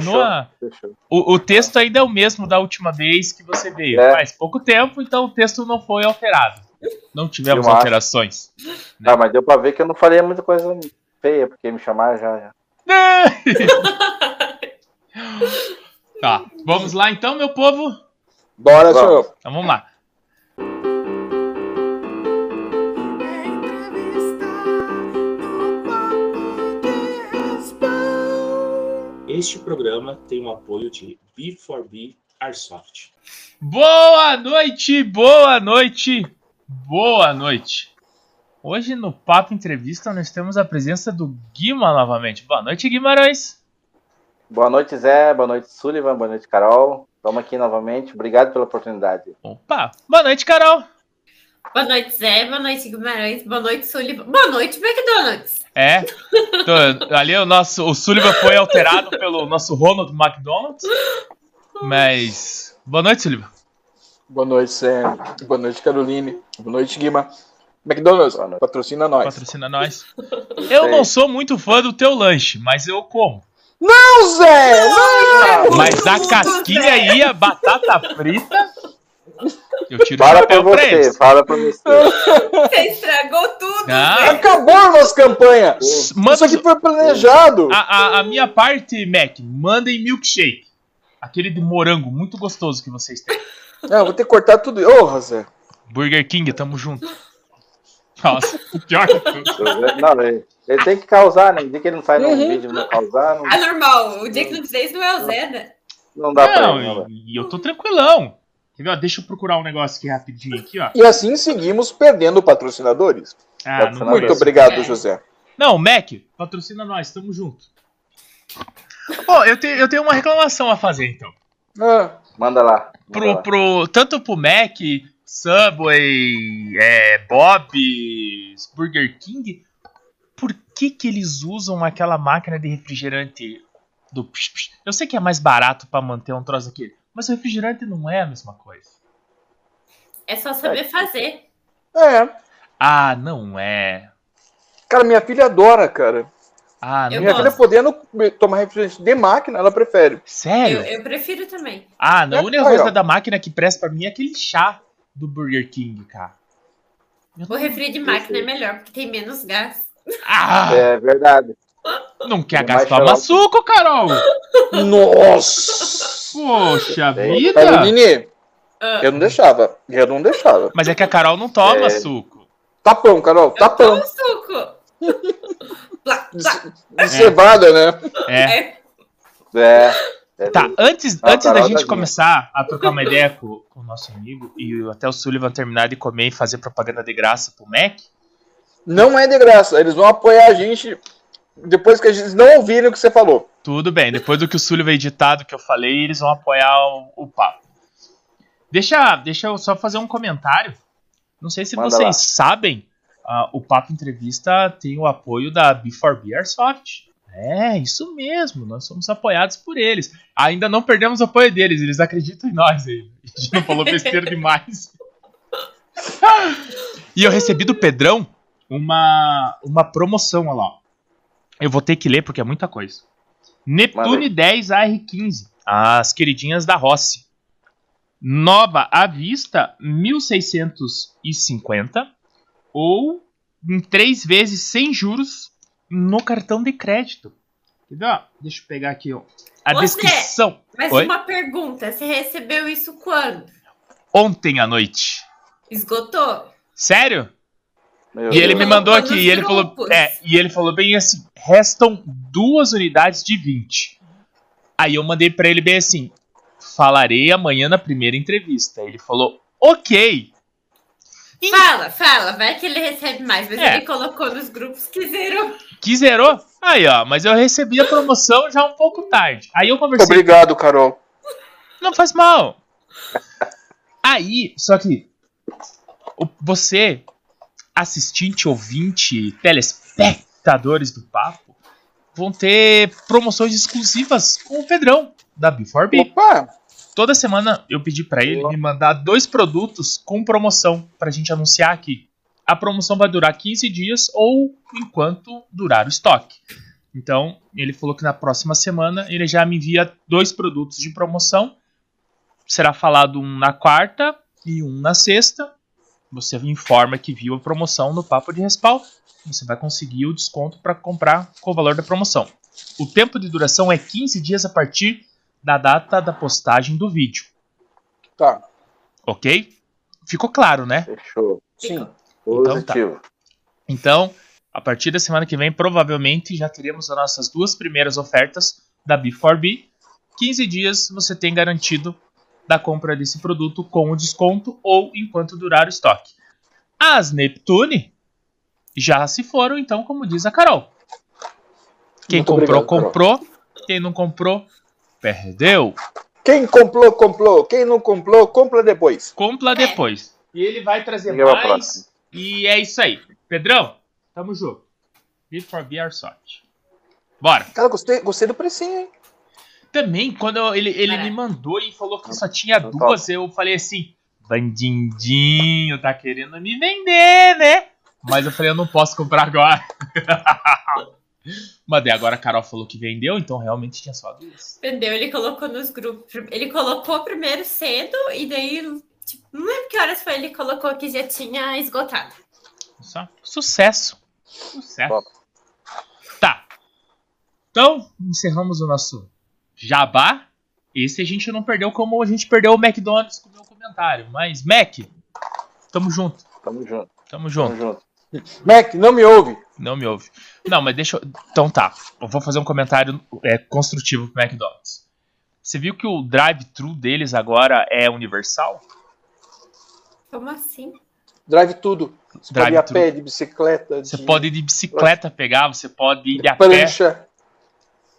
Continua. Fechou. O, o texto ainda é o mesmo da última vez que você veio. É. Faz pouco tempo, então o texto não foi alterado. Não tivemos Eu acho. alterações. Né? Ah, mas deu pra ver que eu não falei muita coisa feia, porque me chamaram já. já. Tá, vamos lá então, meu povo? Bora, Vamos. senhor. Então vamos lá. Este programa tem o apoio de B4B Airsoft. Boa noite, boa noite, boa noite. Hoje no Papo Entrevista nós temos a presença do Guima novamente. Boa noite, Guimarães. Boa noite, Zé. Boa noite, Sullivan. Boa noite, Carol. Estamos aqui novamente. Obrigado pela oportunidade. Opa, boa noite, Carol. Boa noite, Zé. Boa noite, Guimarães. Boa noite, Sullivan. Boa noite, McDonald's. É, tô- ali o nosso o Sullivan foi alterado pelo nosso Ronald McDonald. Mas. Boa noite, Sullivan. Boa noite, Sam. Boa noite, Caroline. Boa noite, Guima. McDonald's, Boa noite. patrocina nós. Patrocina nós. Eu não sou muito fã do teu lanche, mas eu como. Não, Zé! Mas a casquinha e a batata frita. Eu tiro o Fala pra chapéu pra você, eles. fala pra você. Você estragou tudo. Ah, Acabou a nossa campanha! s- Isso manda, Ah. aqui foi planejado! a, a- a minha parte, Mac, mandem milkshake. Aquele de morango muito gostoso que vocês têm. Não, É, vou ter que cortar tudo. Ô, Zé. Burger King, tamo junto. Nossa, pior que tudo. Não, ele, ele tem que causar, né? Diz que ele não sai Uhum. num vídeo não causar, não, É normal. O dia que não fez não é o Zé, né? não dá pra né, Não, ele. Não, velho. e, e eu tô tranquilão. Quer ver, ó? Deixa eu procurar um negócio aqui rapidinho aqui, ó. E assim seguimos perdendo patrocinadores. Ah, não Muito Muito curto. obrigado, É. José. Não, Mac, patrocina nós, tamo junto. Ó, eu, tenho, eu tenho uma reclamação a fazer, então. Ah, Manda lá. manda Pro, lá. pro, tanto pro Mac, Subway, é, Bob's, Burger King, por que que eles usam aquela máquina de refrigerante do... psh, psh? Eu sei que é mais barato pra manter um troço daquele, mas o refrigerante não é a mesma coisa. É só saber fazer. é. Ah, não é. Cara, minha filha adora, cara. Ah, Eu não. Minha filha podendo comer- tomar refrigerante de máquina, ela prefere. Sério? Eu, eu prefiro também. Ah, não. A única Aí, coisa ó. da máquina que presta pra mim é aquele chá do Burger King, cara. O refri de máquina é melhor, porque tem menos gás. Ah, É verdade. não quer Tem É, gastar mais xarope. maçuco, Carol! Nossa! Poxa Tem. vida! Caroline, Ah, eu não deixava. Eu não deixava. Mas é que a Carol não toma É. suco. Tapão, Tá Carol, eu tomo tapão. suco. um Plá, plá. De, de cevada, né? É. É, É. é Tá, antes, Ah, antes da Carol gente tá começar a trocar uma ideia com, com o nosso amigo e até o Sullivan terminar de comer e fazer propaganda de graça pro Mac, Não é de graça. Eles vão apoiar a gente depois que eles não ouvirem o que você falou. Tudo bem, depois do que o Sullivan editar, do que eu falei, eles vão apoiar o, o papo. Deixa, deixa eu só fazer um comentário. Não sei se Manda vocês lá. sabem, ah, o Papo Entrevista tem o apoio da B4B Airsoft. É, isso mesmo, nós somos apoiados por eles. Ainda não perdemos o apoio deles, eles acreditam em nós aí. A gente não falou besteira demais. e eu recebi do Pedrão uma, uma promoção, olha lá. Eu vou ter que ler porque é muita coisa. Neptune 10 AR15. As queridinhas da Rossi. Nova à vista, 1650. Ou em três vezes sem juros no cartão de crédito. Quer ver, ó? Deixa eu pegar aqui ó. a Você- descrição. mas Oi? uma pergunta. Você recebeu isso quando? Ontem à noite. Esgotou? Sério? meu E ele me Deus. mandou Colocou aqui nos e ele falou, grupos. é, e ele falou bem assim: restam duas unidades de 20. Aí eu mandei pra ele bem assim: falarei amanhã na primeira entrevista. Ele falou: "OK". Ih. Fala, fala. Vai que ele recebe mais. Mas É. ele colocou nos grupos que zerou. Que zerou? Aí, ó, mas eu recebi a promoção já um pouco tarde. Aí eu conversei Obrigado, Carol. Não faz mal. Aí, só que o- você, assistinte, ouvinte, telespectadores do papo, vão ter promoções exclusivas com o Pedrão da B4B. Opa! Toda semana eu pedi pra ele me mandar dois produtos com promoção pra gente anunciar aqui. A promoção vai durar 15 dias ou enquanto durar o estoque. Então, ele falou que na próxima semana ele já me envia dois produtos de promoção. Será falado um na quarta e um na sexta. Você informa que viu a promoção no Papo de Respal. Você vai conseguir o desconto para comprar com o valor da promoção. O tempo de duração é 15 dias a partir da data da postagem do vídeo, Tá. ok? Ficou claro, né? Fechou. Sim. Então tá. Positivo. Então, a partir da semana que vem, provavelmente já teremos as nossas duas primeiras ofertas da B4B. 15 dias você tem garantido da compra desse produto com o desconto ou enquanto durar o estoque. As Neptune já se foram, então, como diz a Carol. Quem Muito comprou, obrigado, Carol. comprou. Quem não comprou, perdeu. Quem comprou, comprou. Quem não comprou, compra depois. Compra depois. É. E ele vai trazer Fica pra mais. próxima. E é isso aí. Pedrão, tamo junto. Beat for Beer Soft. Bora. Cara, gostei, gostei do precinho, hein? Também, quando eu- ele, ele Caraca. me mandou e falou que só tinha Então duas, eu falei assim: Bandindinho, tá querendo me vender, né? Mas eu falei: eu não posso comprar agora. Mandei agora, a Carol falou que vendeu, então realmente tinha só duas. Entendeu? Ele colocou nos grupos. Ele colocou primeiro cedo e daí, tipo, não lembro que horas foi, ele colocou que já tinha esgotado. Só. Sucesso. Sucesso. Top. Tá. Então, encerramos o nosso jabá. Esse a gente não perdeu como a gente perdeu o McDonald's com o meu comentário. Mas, Mac, tamo junto. Tamo junto. Tamo Tamo junto. junto. Mac, não me ouve. Não me ouve. Não, mas deixa eu. Então tá. Eu vou fazer um comentário é, construtivo pro McDonald's. Você viu que o drive-thru deles agora é universal? Como assim? Drive tudo. Você pode ir a Drive-thru. pé, de bicicleta, Você de pode ir de bicicleta pegar, você pode ir a pé, prancha.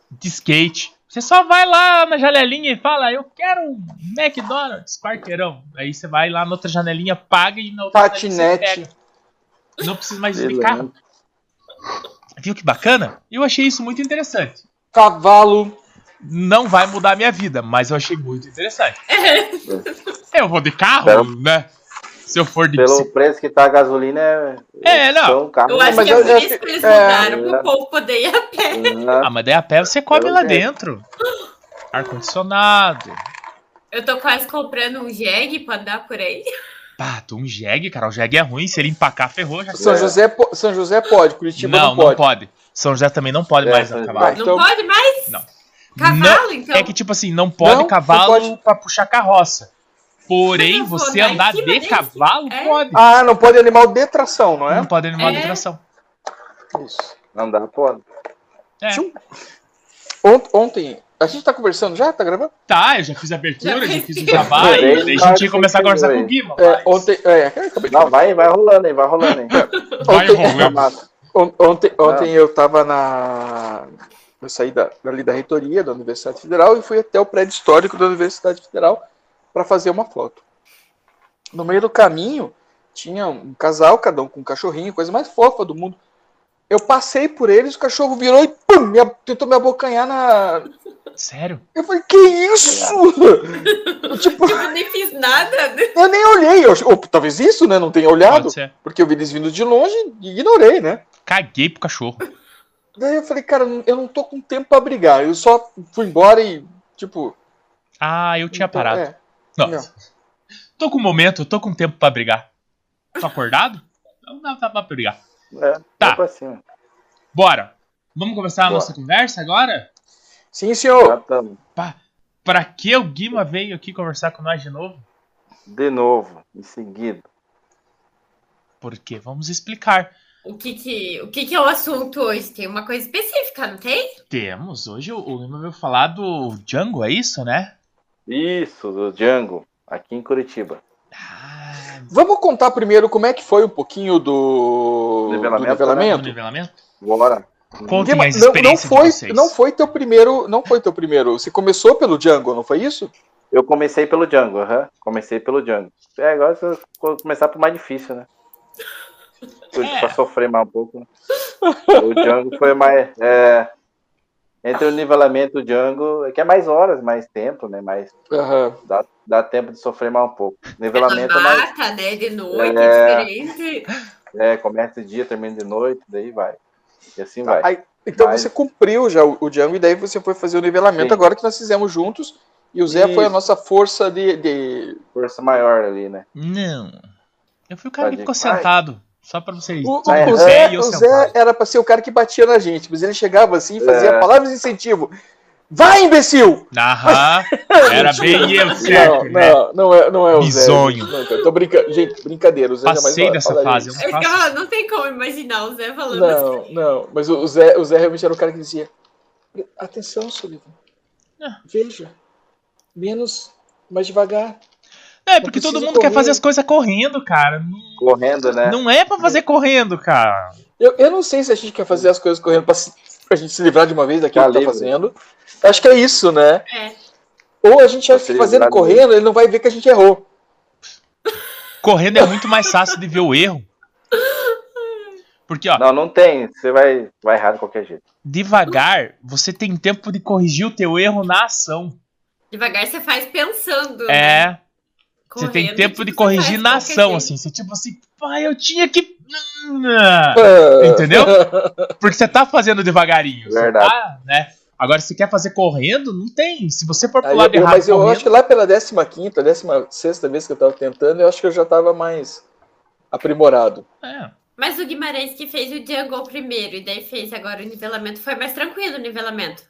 de skate. Você só vai lá na janelinha e fala, eu quero um McDonald's, quarteirão. Aí você vai lá na outra janelinha, paga e na outra janelinha você Patinete. pega. Não precisa mais de Beleza. carro. Viu que bacana? Eu achei isso muito interessante. Cavalo. Não vai mudar a minha vida, mas eu achei muito interessante. Eu vou de carro, Pelo- né? Se eu for de bicicleta. Pelo preço que tá a gasolina, É, não. são carros. Eu acho Ah, mas que é eu- por eu isso acho que eles que- é, mudaram, um pro é. povo poder ir a pé. Ah, mas daí a pé você come Pelo lá jeito. dentro. Ar-condicionado. Eu tô quase comprando um jegue pra andar por aí. Pá, tu um jegue, cara. O jegue é ruim. Se ele empacar, ferrou. Já... São, É. José, po- São José pode, Curitiba Não, Tipo, não, não pode. pode. São José também não pode É, mais São andar José. cavalo. Não Então- pode mais? Não. Cavalo, então? É que, tipo assim, não pode Não, cavalo não pode. pra puxar carroça. Porém, Mas eu vou você andar em andar cima de desse? cavalo É. pode. Ah, não pode animal de tração, não é? Não pode animal de É. tração. Isso. Não dá, pode. É. Tchum. Ont- ontem, a gente tá conversando já? Tá gravando? Tá, eu já fiz a abertura, Já já fiz. fiz o jabá. e Porém, daí a gente claro ia que começar a conversar com entendeu o Guima. É, mas ontem, é, acabei de Não, vai, vai rolando, hein? Vai rolando, hein? vai ontem- rolando. Massa. On- Ontem, ontem eu estava na. Eu saí da, dali da reitoria da Universidade Federal e fui até o prédio histórico da Universidade Federal para fazer uma foto. No meio do caminho tinha um casal, cada um com um cachorrinho, coisa mais fofa do mundo. Eu passei por eles, o cachorro virou e pum, me ab- tentou me abocanhar na. Sério? Eu falei, que isso? tipo, Eu nem fiz nada. né? eu nem olhei. Eu, ou, talvez isso, né? Não tenha olhado, Pode ser. porque eu vi eles vindo de longe e ignorei, né? Caguei pro cachorro. Daí eu falei, cara, eu não tô com tempo pra brigar. Eu só fui embora e, tipo. Ah, eu tinha então, parado. é. Não. Não. Tô com um momento, tô com tempo pra brigar. Tô acordado? Não dá dá pra brigar. É, Tá. vai pra cima. Bora. Vamos começar a Bora. nossa conversa agora? Sim, Já senhor. estamos. Pra que o Guima veio aqui conversar com nós de novo? De novo, em seguida. Porque vamos explicar. O que que, o que que é o assunto hoje? Tem uma coisa específica, não tem? Temos, hoje o- o Guima veio falar do Django, é isso, né? Isso, do Django, aqui em Curitiba. Ah, Vamos contar primeiro como é que foi um pouquinho do. Nivelamento, né? do do nivelamento. nivelamento? Bora. Contem Guima, as não, não experiências de foi, vocês. não foi teu primeiro. Não foi teu primeiro. Você começou pelo Django, não foi isso? Eu comecei pelo Django, aham. Comecei pelo Django. É, agora se eu co- começar por mais difícil, né? Pra- É. Pra sofrer mais um pouco. né? O Django foi mais. é, entre o nivelamento e o Django, é que é mais horas, mais tempo, né? Mais, Aham. dá tempo de sofrer mais um pouco. É na Nivelamento é mais. mata, né? De noite, É. é diferente. É, começa de dia, termina de noite, daí vai. E assim Tá, vai. aí- então Mas- você cumpriu já o, o Django e daí você foi fazer o nivelamento Sim. agora que nós fizemos juntos. E o Zé foi a Isso. nossa força de. de- Força maior ali, né? Não. Eu fui o cara que Pode- ficou vai. sentado. Só pra vocês. O, o- Tá o errado. Zé, e eu o Zé sentado. É, era pra ser o cara que batia na gente, mas ele chegava assim e fazia É. palavras de incentivo. Vai, imbecil! Aham. Era bem eu, Não, certo? né? não, não é, não é o Zé. Bizonho. Não, cara, tô brincando. Gente, brincadeira. O Zé jamais Passei fala- dessa falaria fase. isso. Eu Eu não faço. ficava, É não tem como imaginar o Zé falando assim. Não, não. Mas o Zé, o Zé realmente era o cara que dizia: Atenção, Sullivan. Ah. Veja. Menos, mais devagar. É, porque todo preciso mundo quer correr. fazer as coisas correndo, cara. Não- Correndo, né? Não é pra fazer correndo, cara. Eu, eu não sei se a gente quer fazer as coisas correndo pra, se- pra gente se livrar de uma vez daquilo Tá que tá livre. fazendo. Acho que é isso, né? É. Ou a gente acha Se que fazendo livrar do- correndo, ele não vai ver que a gente errou. Correndo é muito mais fácil de ver o erro. Porque, ó, Não, não tem. Você vai, vai errar de qualquer jeito. devagar, você tem tempo de corrigir o teu erro na ação. Devagar você faz pensando. né? É, você Correndo, tem tempo de tipo, você corrigir faz na qualquer ação, jeito. assim. Você, tipo assim, pai, eu tinha que. Ah. Ah, Entendeu? Porque você tá fazendo devagarinho. você Verdade. tá, né? Agora, se você quer fazer correndo, não tem. Se você for pro Aí lado eu- errado mas eu correndo, acho que lá pela 15ª, 16ª vez que eu tava tentando, eu acho que eu já tava mais aprimorado. é. Mas o Guimarães que fez o Jungle primeiro e daí fez agora o nivelamento, foi mais tranquilo o nivelamento.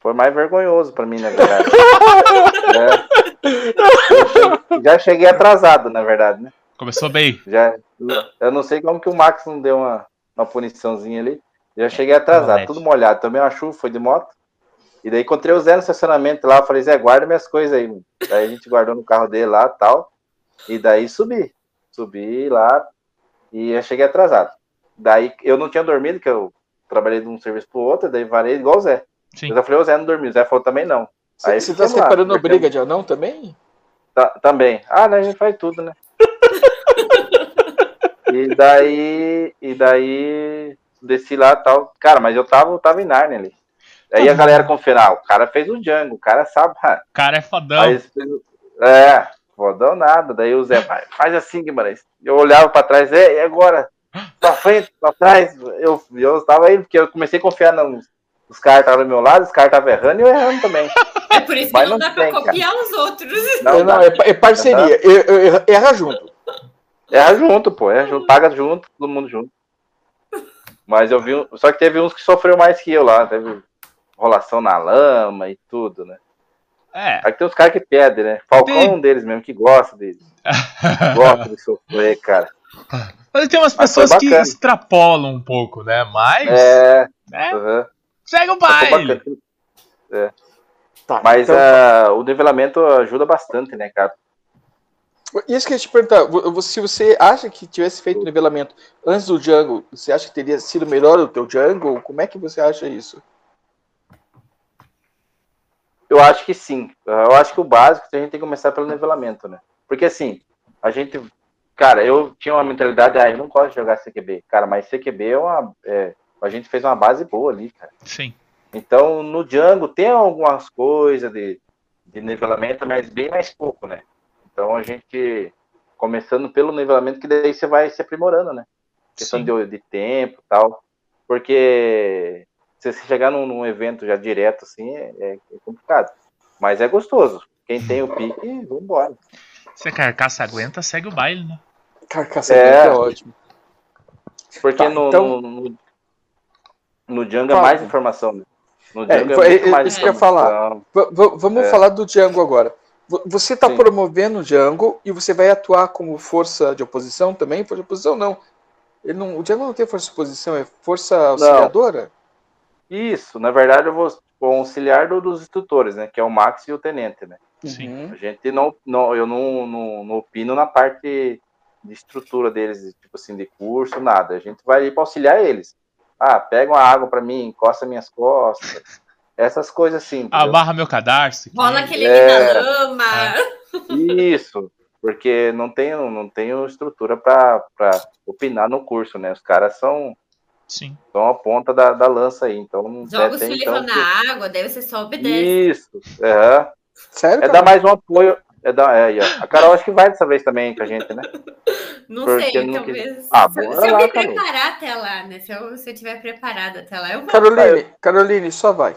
Foi mais vergonhoso pra mim, na verdade. É. Eu che- Já cheguei atrasado, na verdade, né? Começou bem. Já, eu não sei como que o Max não deu uma, uma puniçãozinha ali. Já cheguei atrasado, moleque. tudo molhado. Tomei uma chuva, foi de moto. E daí encontrei o Zé no estacionamento lá. Falei, Zé, guarda minhas coisas aí. mano. Daí a gente guardou no carro dele lá tal. E daí subi. Subi lá e eu cheguei atrasado. Daí eu não tinha dormido, que eu trabalhei de um serviço pro outro. Daí varei igual o Zé. Sim. Eu já falei, o Zé não dormiu. O Zé falou também não. Você, Aí você tá ficamos se lá, reparando na porque- briga de anão também? Ta- também. Ah, né, a gente faz tudo, né? e daí, e daí desci lá tal. Cara, mas eu tava, eu tava em Narnia ali. Aí a galera conferiu, ah, o cara fez um Django, o cara sabe. ah, O cara é fodão. Aí, eles fez- é, fodão nada. Daí o Zé, "Vai, faz assim, Guimarães. Eu olhava pra trás, é, e agora? Pra frente, pra trás. Eu, eu tava aí, porque eu comecei a confiar nos, os caras estavam do meu lado, os caras estavam errando e eu errando também. É por isso que Mas não não dá pra tem, cara. copiar os outros. dá. Não, não, é, pa- é parceria. Eu- eu- erra- erra junto. É junto, pô. É junto, paga junto, todo mundo junto. Mas eu vi. um- Só que teve uns que sofreu mais que eu lá. Teve rolação na lama e tudo, né? É. Aqui tem uns caras que pedem, né? Falcão é um deles mesmo, que gosta de, gosta de sofrer, cara. Mas tem umas Mas foi pessoas que bacana. extrapolam um pouco, né? Mas. É. né, aham. Segue o Mas foi baile. bacana. Tá, Mas então- ah, o nivelamento ajuda bastante, né, cara? Isso que eu ia te perguntar, vo- vo- se você acha que tivesse feito o nivelamento antes do Django, você acha que teria sido melhor o teu Django? Como é que você acha isso? Eu acho que sim. Ah, Eu acho que o básico é a gente tem que começar pelo nivelamento, né? Porque assim, a gente. Cara, eu tinha uma mentalidade, ah, eu não gosto de jogar CQB. Cara, mas CQB é uma. é, a gente fez uma base boa ali, cara. Sim. Então, no Django tem algumas coisas de, de nivelamento, mas bem mais pouco, né? Então a gente. Começando pelo nivelamento, que daí você vai se aprimorando, né? Questão Sim. de, de tempo e tal. Porque se você chegar num, num evento já direto assim, é, é- é complicado. Mas é gostoso. Quem tem o pique, vambora. Se a carcaça aguenta, segue o baile, né? Carcaça É. é, é ótimo. Porque Tá, no, então- no, no, no Django é Fala. mais informação. Né? No Django é, foi- muito é- mais isso que eu ia informação. V- v- vamos É. falar do Django agora. V- Você está Sim. promovendo o Django e você vai atuar como força de oposição também? Força de oposição não. Ele não o Django não tem força de oposição, é força auxiliadora? Isso, na verdade, eu vou vou auxiliar do- dos instrutores, né? Que é o Max e o Tenente, né? Sim. Uhum. A gente não, não eu não, não, não opino na parte de estrutura deles, de, tipo assim, de curso, nada. A gente vai ali para auxiliar eles. Ah, pega uma água para mim, encosta minhas costas. Essas coisas assim. entendeu? Amarra meu cadarço. Rola aquele É. na lama. Isso, porque não tenho, não tenho estrutura para opinar no curso, né? Os caras são, Sim. são a ponta da, da lança aí, então não Joga o tem- tem, Sullivan então, na água, daí você só que- obedece. Isso, aham. Sério? é cara? dar mais um apoio, É da, é, aí, ó. A Carol acho que vai dessa vez também com a gente, né? Não Porque sei, não talvez. Ah, se, eu- bora se eu lá, me Carol. preparar até lá, né? Se eu, se eu tiver preparado até lá, eu vou. Caroline, Caroline, só vai.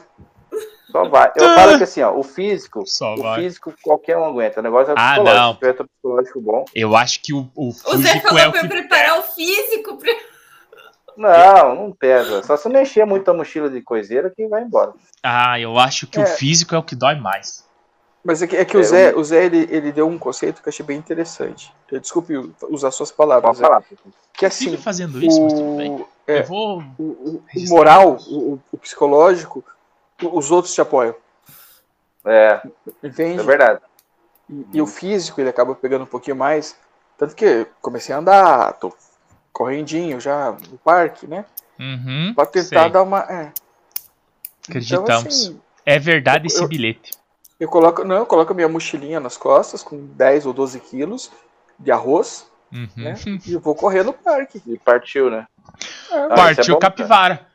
Só vai. Eu falo que assim, ó, o físico, Só o vai. físico qualquer um aguenta. O negócio é Ah, psicológico. não. Se tiver outro psicológico bom. Eu acho que o, o O Zé físico é falou o pra eu que preparar o físico. Pra... Não, não pesa. Só se não encher muito a mochila de coiseira que vai embora. Ah, eu acho que o É. físico é o que dói mais. Mas é que, é que o É, Zé, o Zé ele, ele deu um conceito que eu achei bem interessante. Eu- Desculpe usar suas palavras. Pode Zé. falar. Que Siga assim, fazendo tá isso, mas tudo bem. o, é. Eu vou. o, o- o Registrado. moral, o, o- o psicológico, o- os outros te apoiam. É, Entende? é verdade. E, e o físico, ele acaba pegando um pouquinho mais. Tanto que eu comecei a andar, tô correndinho já no parque, né? Uhum, Pra tentar sei. dar uma. É. Acreditamos. Então, assim, É verdade Eu- esse eu- bilhete. eu coloco, não, eu coloco a minha mochilinha nas costas com 10 ou 12 quilos de arroz Uhum. né? e eu vou correr no parque. E partiu, né? É. Ah, isso é Partiu bom, capivara.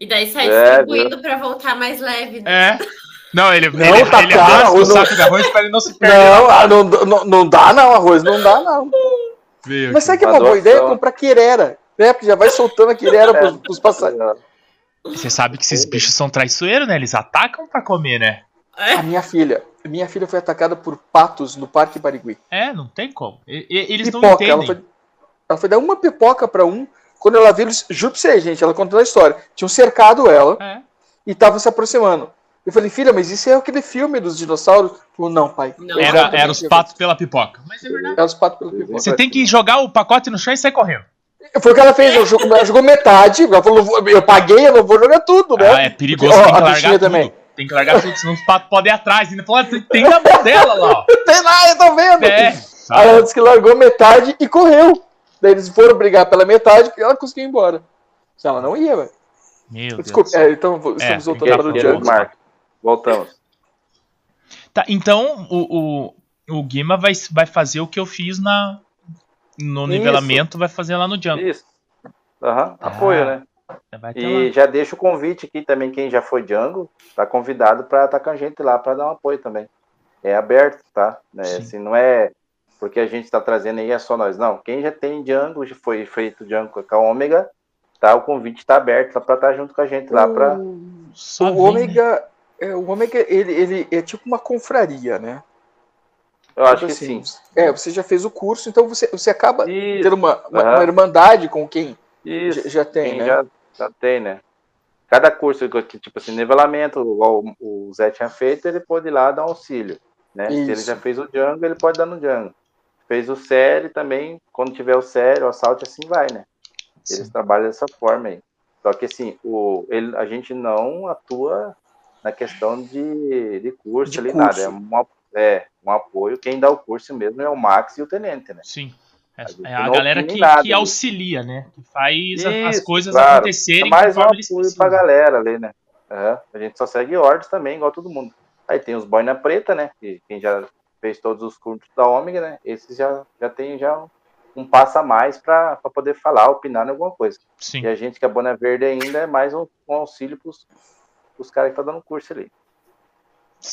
E daí sai É, distribuindo pra voltar mais leve. né? É. Não, ele, Não, ele, tá ele claro, rasga o não. saco de arroz pra ele não se perder. Não, ah, não, não, não dá não, arroz, não dá não. Veio Mas aqui. sabe que é uma boa Adoção. ideia? Comprar quirera, né? Porque já vai soltando a É, quirera É. pros, pros passageiros. Você sabe que É. esses bichos são traiçoeiros, né? Eles atacam pra comer, né? A minha filha, a minha filha foi atacada por patos no Parque Barigui. É, não tem como. E- e- eles não Pipoca, ela entendem. foi, ela foi dar uma pipoca pra um, quando ela viu, eles- juro pra você, gente, ela contou a história. Tinham cercado ela É. e estavam se aproximando. Eu falei, filha, mas isso é aquele filme dos dinossauros? Falou, não, pai. Não. Era, Exatamente era os isso. patos pela pipoca. Mas é verdade. Era os patos pela pipoca. Você tem que jogar o pacote no chão e sair correndo. Foi o que ela fez, ela jogou, ela jogou metade, ela falou, eu paguei, eu não vou jogar tudo, né? Ah, é perigoso, tem Ó, a que largar bichinha tudo. também. Tem que largar tudo, senão os patos podem ir atrás. Ainda fala, assim, "Tem- tem na mão dela lá, ó. Sei lá, eu tô vendo. É. Ah, Aí ela disse que largou metade e correu. Daí eles foram brigar pela metade e ela conseguiu ir embora. Se ela não ia, velho. Meu Deus. Desculpa, é, então vou- É, estamos voltando ninguém para o falou. Django. Django. Marco. Voltamos. Tá, então o, o, o Guima vai, vai fazer o que eu fiz na, no Isso. nivelamento, vai fazer lá no Jump. Isso. Aham, apoio, Ah, né? Vai até E lá. já deixa o convite aqui também, quem já foi Django, tá convidado para estar com a gente lá para dar um apoio também. É aberto, tá? Né, Sim. assim, não é porque a gente está trazendo aí é só nós. Não, quem já tem Django, já foi feito Django com a Ômega, tá? O convite está aberto para estar junto com a gente lá para Só O vem, né? ômega, é, o ômega ele, ele é tipo uma confraria, né? Eu acho que sim. Assim, É, você já fez o curso, então você, você acaba Isso, tendo uma, uma, Aham. uma irmandade com quem isso. já já tem, Quem né? já, já tem, né? Cada curso, que, tipo assim, nivelamento, igual o, o Zé tinha feito, ele pode ir lá dar auxílio, né? Se ele Isso. já fez o Django, ele pode dar no Django. Fez o sério também, quando tiver o sério, o assalto, assim vai, né? Eles Sim. trabalham dessa forma aí. Só que assim, o, ele, a gente não atua na questão de, de curso De ali, curso. nada. É um, a- é um apoio. Quem dá o curso mesmo é o Max e o Tenente, né? Sim. A gente É, é a não galera opina que, em nada, que né? auxilia, né? Que faz a- as Isso, coisas claro. acontecerem É mais um conforme eles apoio pra precisam. galera ali, né? Aham. A gente só segue ordens também, igual todo mundo. Aí tem os boina preta, né? Que quem já fez todos os cursos da Ômega, né? Esses já, já tem já um, um passo a mais para poder falar, opinar em alguma coisa. Sim. E a gente que é boina verde ainda é mais um, um auxílio pros, pros caras que estão dando curso ali.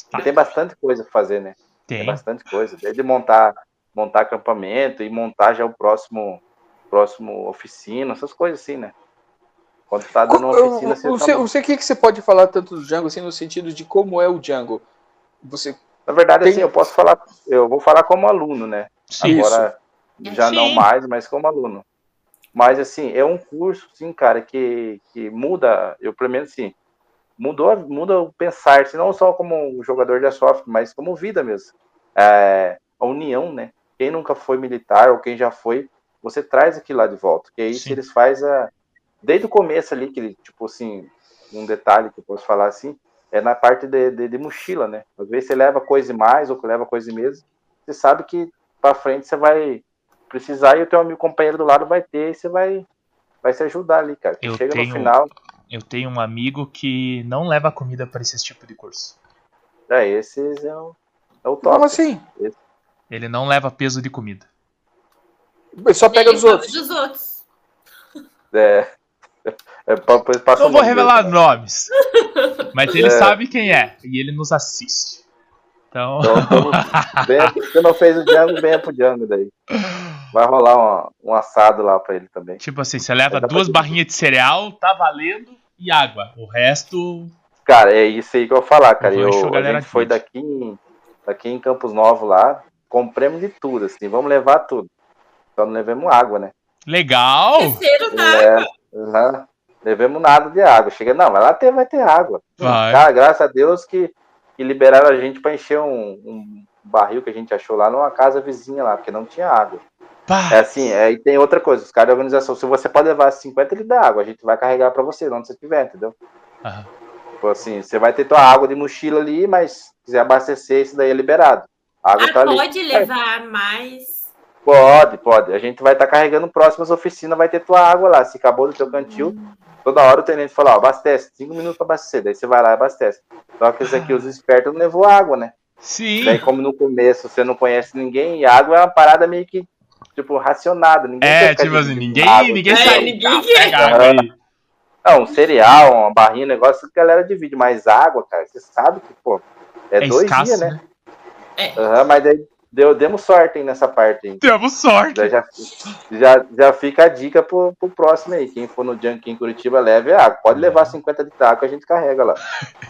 Tá, E tem bastante coisa pra fazer, né? Tem tem. bastante coisa. Desde montar, montar acampamento e montar já o próximo, próximo oficina, essas coisas assim, né? Quando tá dando uma Co- eu- oficina, eu- eu sei- eu sei o que, que você pode falar tanto do Django, assim, no sentido de como é o Django. Você Na verdade, Tem- assim, eu posso falar, eu vou falar como aluno, né? Sim. Isso. Agora, já Sim. não mais, mas como aluno. Mas, assim, é um curso, sim, cara, que, que muda, eu pelo menos, assim, mudou, muda o pensar, assim, não só como jogador de airsoft, mas como vida mesmo. É, a união, né? Quem nunca foi militar ou quem já foi, você traz aquilo lá de volta. Que aí, Sim. se eles fazem a... Desde o começo ali, que, ele, tipo assim, um detalhe que eu posso falar, assim, é na parte de, de, de mochila, né? Às vezes você leva coisa mais ou leva coisa mesmo, você sabe que para frente você vai precisar e o teu amigo companheiro do lado vai ter e você vai, vai se ajudar ali, cara. Eu Chega tenho- no final, Eu tenho um amigo que não leva comida pra esse tipo de curso. é, esses é o, é o top. Como assim? Ele não leva peso de comida. Só pega Ele dos come outros. Dos outros. É, é, pa- pa- passa Não o vou nome revelar nomes, mas ele É. sabe quem é e ele nos assiste. Então, Então, tamo bem- se não fez o Django, bem pro Django daí. Vai rolar uma- um assado lá pra ele também. tipo assim, você leva Aí dá pra duas dividir. barrinhas de cereal, tá valendo, e água. O resto. Cara, é isso aí que eu vou falar, cara. Eu Eu, vou enxugar a galera gente foi aqui. daqui em, daqui em Campos Novos lá, compramos de tudo, assim, vamos levar tudo. Só não levemos água, né? Legal! Terceiro tá? na É, aham. Levemos nada de água. Chega, não, vai lá ter, vai ter água. Vai. Cara, graças a Deus que, que liberaram a gente pra encher um, um barril que a gente achou lá numa casa vizinha lá, porque não tinha água. Pá. É assim, é, e tem outra coisa, os caras da organização, se você pode levar 50 litros de água, a gente vai carregar pra você, onde você tiver, entendeu? Aham. Tipo assim, você vai ter tua água de mochila ali, mas se quiser abastecer, isso daí é liberado. A água tá Ah, ali. pode levar mais. Pode, pode. A gente vai estar carregando próximas oficinas, vai ter tua água lá. Se acabou do teu cantil, toda hora o tenente fala, ó, abastece, cinco minutos pra abastecer, daí você vai lá e abastece. Só que isso aqui, os espertos não levou água, né? Sim. Daí como no começo você não conhece ninguém, e água é uma parada meio que, tipo, racionada. Ninguém quer É, ficar tipo assim, dividindo ninguém, água, ninguém É, entendeu? sai. ninguém "Ah, quer." pega água aí. Não, um cereal, uma barrinha, um negócio que a galera divide, mas água, cara, você sabe que, pô, é, É dois escasso, dias, né? né? Aham, mas daí deu, demos sorte hein, nessa parte, hein? Temos sorte. Daí já, já, já fica a dica pro, pro próximo aí. Quem for no Junk em Curitiba, leve água. Pode levar 50 de taco, que a gente carrega lá.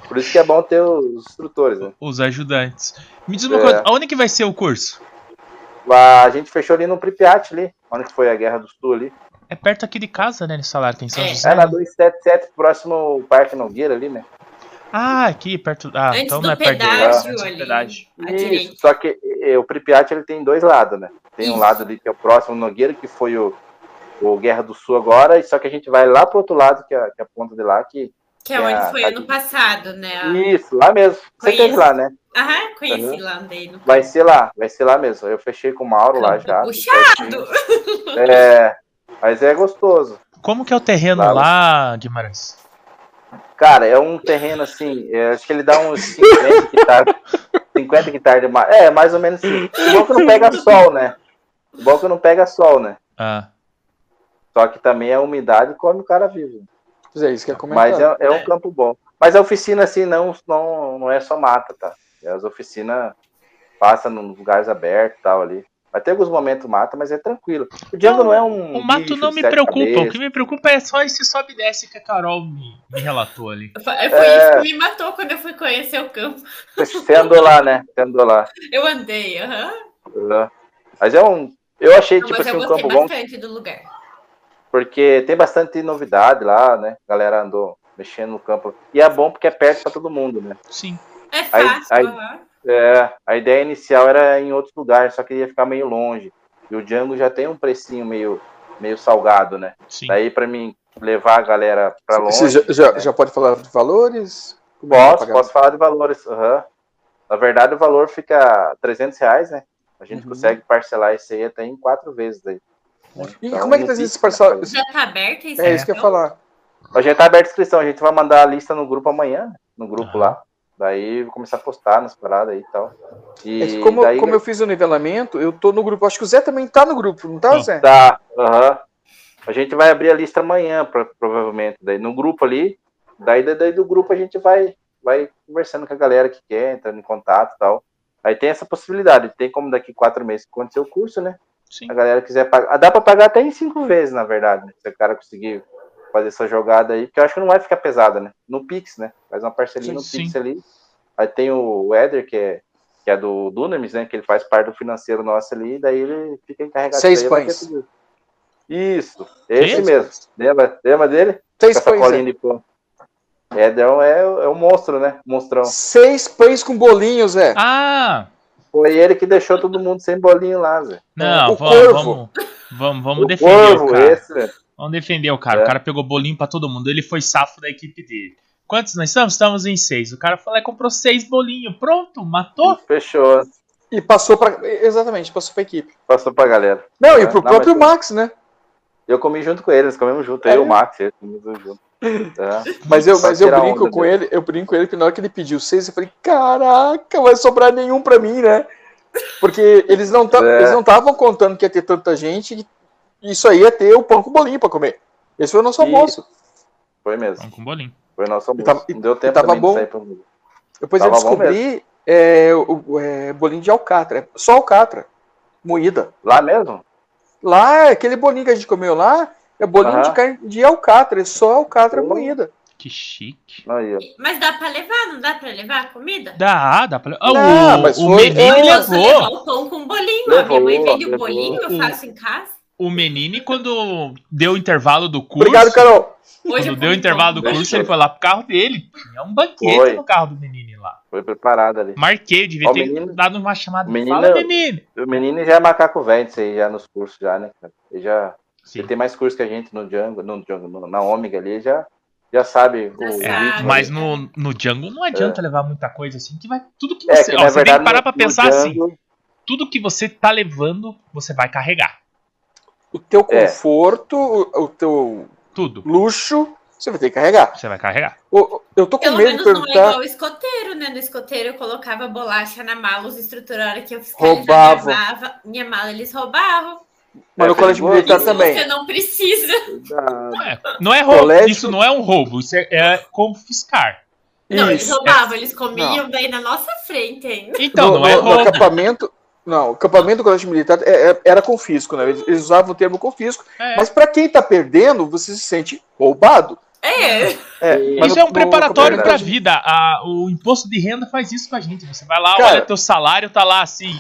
Por isso que é bom ter os instrutores, né? Os ajudantes. Me diz uma É. coisa, aonde que vai ser o curso? Lá, a gente fechou ali no Pripyat, ali, onde que foi a Guerra do Sul ali. É perto aqui de casa, né, nesse salário, tem São É. José. É na 277, próximo ao Parque Nogueira ali, né? Ah, aqui perto. Ah, Antes então do não é perto de- pedágio antes do ali. pedágio. À direita. Isso, só que eh, o Pripyat ele tem dois lados, né? Tem um Isso. lado ali que é o próximo Nogueira, que foi o, o Guerra do Sul agora, e só que a gente vai lá pro outro lado, que é, que é a ponta de lá, que. Que é É, Uhum. onde foi a- ano passado, né? Isso, lá mesmo. Você Conheço. teve lá, né? Aham, conheci Aham. lá, andei no Vai ser lá, vai ser lá mesmo. Eu fechei com o Mauro lá já. puxado. É, mas é gostoso. Como que é o terreno Lá- lá, Guimarães? Cara, é um terreno assim, é, acho que ele dá uns tá, 50 hectares. 50 hectares de ma- É, mais ou menos assim. O bom que não pega sol, né? O bom que não pega sol, né? Ah, Só que também a umidade come o cara vivo. Pois é, isso que eu ia comentar. Mas é, é um campo bom. Mas a oficina, assim, não, não, não é só mata, tá? As oficinas passam em lugares abertos e tal ali. Vai ter alguns momentos mata, mas é tranquilo. O Django não é um. o mato bicho não de me sete preocupa. O cabeças. que me preocupa é só esse sobe e desce que a Carol me, me relatou ali. Foi É. isso que me matou quando eu fui conhecer o campo. Você andou lá, né? Você andou lá. Eu andei, aham. Lá. Mas é um. Eu achei, Não, É tipo mas assim, é eu um gostei campo bom, bastante do lugar. porque tem bastante novidade lá, né? A galera andou mexendo no campo. E é bom porque é perto pra todo mundo, né? Sim. É fácil, aí- aham. É, a ideia inicial era em outro lugar, só que ia ficar meio longe. E o Django já tem um precinho meio, meio salgado, né? Sim. Daí pra mim levar a galera pra longe. né? Você já, já, já pode falar de valores? Como é que Posso, vai pagar? posso falar de valores. aham. Na verdade, o valor fica 300 reais, né? A gente Uhum. consegue parcelar isso aí até em quatro vezes daí. E Então, como é que não faz fica, esse parcial? né? Já tá aberto isso? É isso que eu ia falar. Mas já tá aberta a inscrição, a gente vai mandar a lista no grupo amanhã, né? no grupo lá. Daí vou começar a postar nas paradas aí e tal. E É que como, daí como eu fiz o nivelamento, eu tô no grupo. Acho que o Zé também tá no grupo, não tá, Sim. Zé? tá, aham. A gente vai abrir a lista amanhã, pro- provavelmente, daí no grupo ali. Daí, daí daí do grupo a gente vai vai conversando com a galera que quer, entrando em contato e tal. Aí tem essa possibilidade, tem como daqui quatro meses que acontecer o curso, né? Sim. A galera quiser pagar. ah, Dá pra pagar até em cinco vezes, na verdade, né? Se o cara conseguir fazer essa jogada aí, porque eu acho que não vai ficar pesada, né? No Pix, né? Faz uma parcelinha Sim, no sim. Pix ali. Aí tem o Éder, que é, que é do Dunamis, né? Que ele faz parte do financeiro nosso ali, daí ele fica encarregado Seis daí, vai ter pães. tudo. Isso, esse Seis mesmo. Lembra, lembra dele? Com Seis essa pães. é. Zé. colinha de pão. Éder é, um- é um monstro, né? Monstrão. Seis pães com bolinho, Zé. Ah! Foi ele que deixou todo mundo sem bolinho lá, Zé. Não, O vamos, corvo. vamos. Vamos, vamos O defender o Corvo, cara. esse, né? Vamos defender o cara. É. O cara pegou bolinho pra todo mundo. Ele foi safo da equipe dele. Quantos nós estamos? Estamos em seis. O cara falou, é, comprou seis bolinhos. Pronto, matou. Fechou. E passou pra. Exatamente, passou pra equipe. Passou pra galera. Não, É, e pro não, próprio mas- Max, né? Eu comi junto com eles, comemos junto. É? Eu e o Max, eles comemos junto. Tá. Mas eu, Só mas eu tirar brinco onda com dele. ele, eu brinco com ele que na hora que ele pediu seis, eu falei, caraca, vai sobrar nenhum pra mim, né? Porque eles não ta- É. eles não estavam contando que ia ter tanta gente e isso aí ia ter o pão com bolinho pra comer. Esse foi o nosso E- almoço. Foi mesmo. Vamos com bolinho. Foi nosso almoço. tava- Não deu tempo tava também bom. de sair pra mim. Depois eu tava bom descobri é, o- o- é, bolinho de alcatra. É Só alcatra. Moída. Lá mesmo? Lá, aquele bolinho que a gente comeu lá, é bolinho Aham. de, carne, de alcatra. É só alcatra Pô. moída. Que chique. Aí, ó. Mas dá pra levar, não dá pra levar a comida? Dá, dá pra. Ah, Não, o mas o foi- Menini é, Posso levar levou. o pão com bolinho? Levou, a minha mãe vende levou. o bolinho, eu faço em casa. O Menini, quando deu o intervalo do curso. Obrigado, Carol. Hoje é eu Quando deu o como intervalo do pão. curso, ele foi lá pro carro dele. Tinha um banquete Foi. no carro do Menini lá. Foi preparado ali. Marquei, eu devia Ó, ter menino- dado uma chamada. menino- é Fala, Menini. O menino já é macaco velho, isso aí, já nos cursos, já, né? cara? Ele já Sim. ele tem mais curso que a gente no Django, no Django no- na Ômega ali, já, já sabe o, Já o sabe. ritmo. É, né? Mas no, no Django não adianta levar muita coisa assim, que vai. Tudo que É, você. que ó, na você tem que verdade parar no, pra no pensar assim. Django, Tudo que você tá levando, você vai carregar. O teu É. conforto, o, o teu Tudo. luxo, você vai ter que carregar. Você vai carregar. O- Eu tô com Pelo medo de menos não é perguntar. igual o escoteiro, né? No escoteiro eu colocava bolacha na mala, os instrutores, a hora que eu Roubava. Minha, minha mala eles roubavam. Mas no É, colégio perigoso. militar Isso Tá também. você não precisa. Cuidado. Não é roubo. Colégio- Isso não é um roubo. Isso é, é confiscar. Não, então, eles Isso. roubavam, eles comiam daí na nossa frente ainda. Então, no, não é no- no roubo. acampamento. Não, o acampamento do colégio militar é- é- era confisco, né? Eles, eles usavam o termo confisco. É. Mas pra quem tá perdendo, você se sente roubado. É, É, E- mas Isso no- é um no preparatório acampamento- pra vida. A- o imposto de renda faz isso com a gente. Você vai lá, Cara- olha teu salário, tá lá assim.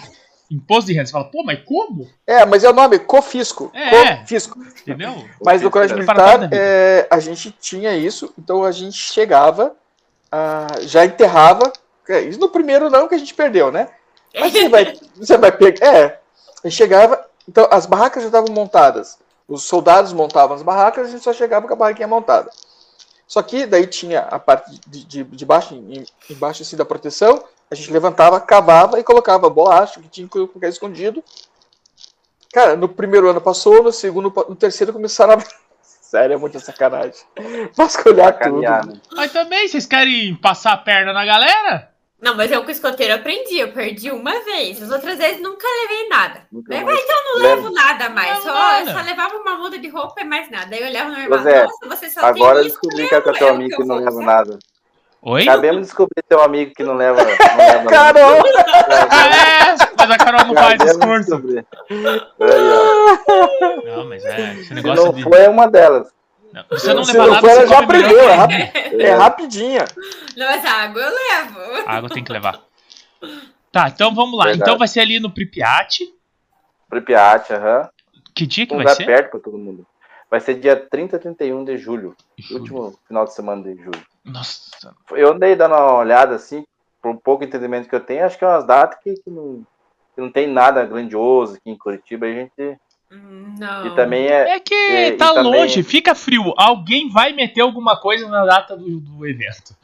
Imposto de renda. Você fala, pô, mas como? É, mas é o nome, confisco. É. Confisco. Entendeu? Mas no colégio Era para toda militar, a vida. é, a gente tinha isso, então a gente chegava, ah, já enterrava. É, isso no primeiro não que a gente perdeu, né? Mas você vai, você vai pegar. É, a gente chegava, então as barracas já estavam montadas. Os soldados montavam as barracas, a gente só chegava com a barraquinha montada. Só que daí tinha a parte de, de, de baixo, em- embaixo assim da proteção, a gente levantava, cavava e colocava bolacha, que tinha que colocar escondido. Cara, no primeiro ano passou, no segundo, pa- no terceiro começaram a. Sério, é muita sacanagem. Vasculhar tudo. Sacanear, né? Mas também, vocês querem passar a perna na galera? Não, mas eu com o escoteiro aprendi, eu perdi uma vez. As outras vezes nunca levei nada. Nunca Leva, mais. então não Leva. levo nada mais. Não, Só, nada. eu só levava uma muda de roupa e mais nada. Aí eu olhava no meu Pois é, irmão, nossa, você só Agora eu tem isso. descobri que é leva, teu é o amigo que que eu não vou leva usar. nada. Oi? Acabemos de descobrir teu amigo que não leva. Não leva nada. Carol! É, mas a Carol não faz Acabemos de esforço. descobrir. Aí, ó. Não, mas é. Esse Se negócio não de. foi é uma delas. Não, você não Se leva não nada, for, você ela já come melhor aprendeu, que é, eu. rápido, é rapidinha. Não, mas água eu levo. A água tem que levar. Tá, então vamos lá. Verdade. Então vai ser ali no Pripyat. Pripyat, aham. Que dia Então que Um vai lugar ser? perto pra todo mundo. Vai ser dia 30 31 de julho. Último final de semana de julho. Nossa. Eu andei dando uma olhada assim, por um pouco entendimento que eu tenho, acho que é umas datas que, que não, que não tem nada grandioso aqui em Curitiba. A gente. Hum, Não. E também é. É que É, e tá também- longe, fica frio. Alguém vai meter alguma coisa na data do, do evento.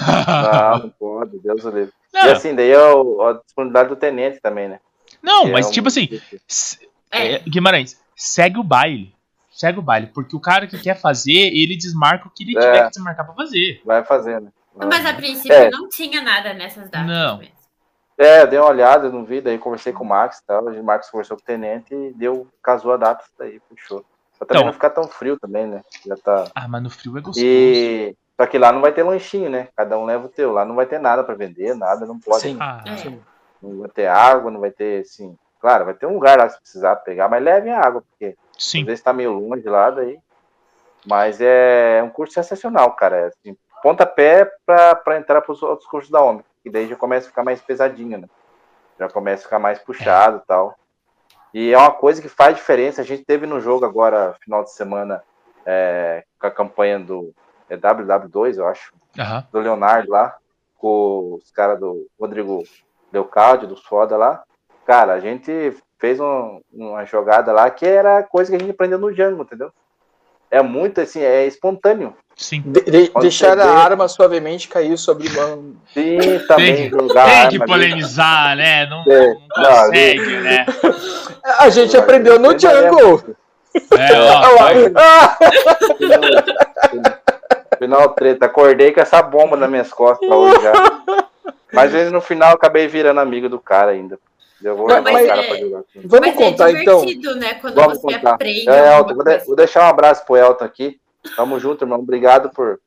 Ah, não pode, Deus o livre. E Não, assim, daí é o- a disponibilidade do tenente também, né? não Que é mas um- tipo assim, se- É. é, Guimarães, segue o baile. Segue o baile, porque o cara que quer fazer, ele desmarca o que ele É. tiver que desmarcar pra fazer. Vai fazer, né? Mas a princípio É. não tinha nada nessas datas. Não. mesmo. É, eu dei uma olhada, não vi, daí conversei com o Max e tal. O Max conversou com o tenente e deu, casou a data, isso daí, puxou. Pra também Então. não ficar tão frio também, né? Já tá. Ah, mas no frio é gostoso. E. Só que lá não vai ter lanchinho, né? Cada um leva o teu. Lá não vai ter nada pra vender, nada, não pode. Sim. Ah, É. Não vai ter água, não vai ter, assim. Claro, vai ter um lugar lá se precisar pegar, mas levem a água, porque às sim. vezes tá meio longe lá daí. Mas é um curso sensacional, cara. É, assim, pontapé pra, pra entrar pros outros cursos da OMI. E daí já começa a ficar mais pesadinho, né? Já começa a ficar mais puxado e tal. E é uma coisa que faz diferença. A gente teve no jogo agora, final de semana, é, com a campanha do é, WW2, eu acho Aham. do Leonardo lá, com os caras do Rodrigo Leocádio, dos foda lá. Cara, a gente fez um- uma jogada lá que era coisa que a gente aprendeu no Django, entendeu? É muito assim, é espontâneo. Sim. De, de- Pode deixar a perder. arma suavemente cair sobre uma Sim, também Tem que- jogar. Tem arma que ali. polemizar, né? Não, É, não consegue, né? A gente aprendeu no Mas é- Django. É, Ah, ó, lá. vai. Ah, Final- Final treta, acordei com essa bomba nas minhas costas hoje já. Mas vezes no final acabei virando amigo do cara ainda. Eu vou Mas- levar mas o cara é- pra jogar comigo. Vamos Mas contar é então. divertido, né? Quando Vamos você contar. aprende. É, alguma Elton, vou, de- coisa. vou deixar um abraço pro Elton aqui. Tamo junto, irmão. Obrigado por,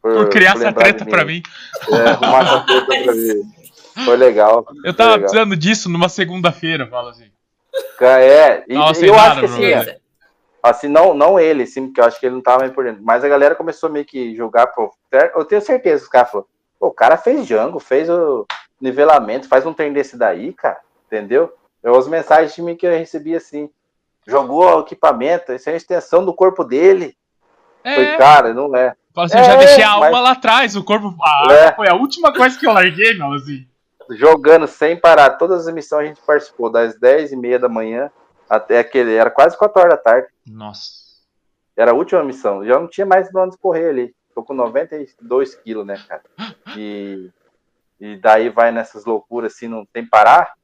Por criar essa lembrar de treta pra mim. É, arrumar essa treta pra mim. Foi legal. Eu tava foi legal. precisando disso numa segunda-feira, fala assim. Cara, É, e, Nossa, e eu sem acho nada, que assim, Bruno. Beleza. assim, não, não ele, sim, porque eu acho que ele não tava mais por dentro, mas a galera começou meio que julgar, pô, eu tenho certeza que os caras falaram, pô, o cara fez Django, fez o nivelamento, faz um trem desse daí, cara, entendeu? Eu, as mensagens de mim que eu recebi assim, jogou o equipamento, isso é a extensão do corpo dele, foi, É, cara, não é, fala assim, eu já é, deixei a alma mas- lá atrás, o corpo. A É. alma foi a última coisa que eu larguei, fala assim. jogando sem parar, todas as missões a gente participou, das 10h30 da manhã até aquele, era quase 4 horas da tarde, Nossa. Era a última missão. Já não tinha mais pra onde correr ali. Tô com 92 quilos, né, cara? E, e daí vai nessas loucuras assim, não tem parar.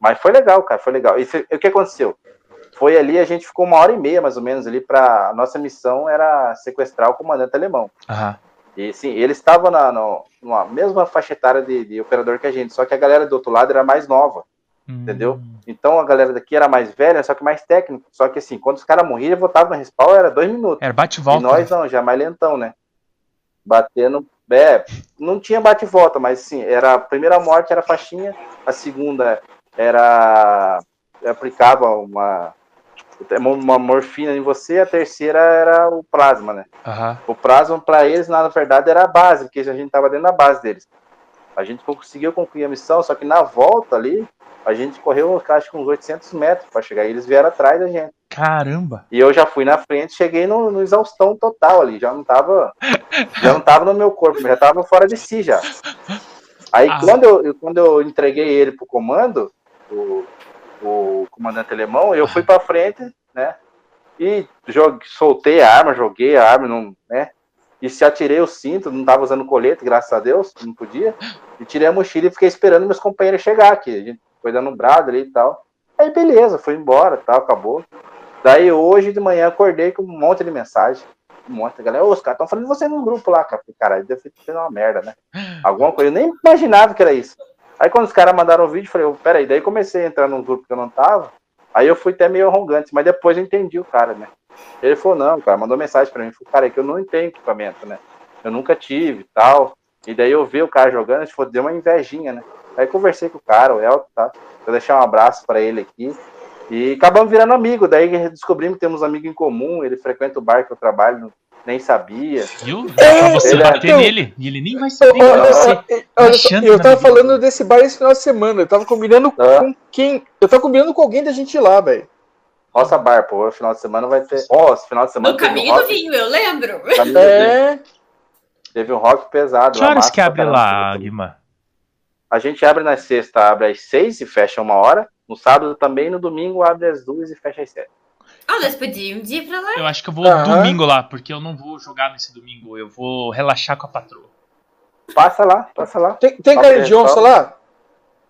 Mas foi legal, cara, foi legal. E se- o que aconteceu? Foi ali, a gente ficou uma hora e meia, mais ou menos, ali pra. A nossa missão era sequestrar o comandante alemão. Aham. E sim, ele estava na no- numa mesma faixa etária de, de operador que a gente, só que a galera do outro lado era mais nova. Entendeu? Hum. Então a galera daqui era mais velha, só que mais técnica. Só que assim, quando os caras morriam, voltava no respawn, era dois minutos. Era bate e E volta. nós não, já mais lentão, né? Batendo. É, não tinha bate e volta, mas sim, era a primeira morte era faixinha, a segunda era. aplicava uma, uma morfina em você, a terceira era o plasma, né? Aham. O plasma para eles, na verdade, era a base, porque a gente tava dentro da base deles. A gente conseguiu concluir a missão, só que na volta ali, a gente correu, acho que uns 800 metros para chegar. E eles vieram atrás da gente. Caramba. E eu já fui na frente, cheguei no, no exaustão total ali, já não tava, já não tava no meu corpo, já tava fora de si já. Aí Ah. quando, eu, eu- quando eu entreguei ele pro comando, o, o comandante alemão, eu fui pra frente, né, e jogue, soltei a arma, joguei a arma, não, né, e se atirei o cinto, não tava usando colete, graças a Deus, não podia, e tirei a mochila e fiquei esperando meus companheiros chegar aqui, a gente foi dando um brado ali e tal. Aí beleza, fui embora, tal, acabou. Daí hoje de manhã acordei com um monte de mensagem. Um monte de galera. Ô, os caras estão falando de você no grupo lá, cara. Falei, Caralho, deve ter feito uma merda, né? Alguma coisa. Eu nem imaginava que era isso. Aí quando os caras mandaram o vídeo, eu falei, ô, peraí, daí comecei a entrar num grupo que eu não tava. Aí eu fui até meio arrogante, mas depois eu entendi o cara, né? Ele falou, não, cara, mandou mensagem pra mim. Falou, cara, é que eu não tenho equipamento, né? Eu nunca tive e tal. E daí eu vi o cara jogando, tipo, deu uma invejinha, né? Aí conversei com o cara, o Elton, tá? Vou deixar um abraço pra ele aqui. E acabamos virando amigo. Daí descobrimos que temos um amigo em comum. Ele frequenta o bar que eu trabalho, não- nem sabia. Viu? Dá pra você Ele é- bater então- nele e ele nem vai saber. que Olha só, você- eh, olha só, Alexandre eu na tava vida. falando desse bar esse final de semana. Eu tava combinando Ah. com quem. Eu tava combinando com alguém da gente ir lá, velho. Nossa bar, pô. o Final de semana vai ter. Ó, esse final de semana No teve caminho um do rock, vinho, eu lembro. caminho do vinho. É. Teve um rock pesado. Que horas massa que abre pra caramba. lá, Guima? A gente abre na sexta, abre às seis e fecha uma hora. No sábado também, no domingo abre às duas e fecha às sete. Ah, nós podíamos ir pra lá. Eu acho que eu vou Aham. domingo lá, porque eu não vou jogar nesse domingo. Eu vou relaxar com a patroa. Passa lá, passa lá. Tem, tem Tá carne bem, de onça tá. lá?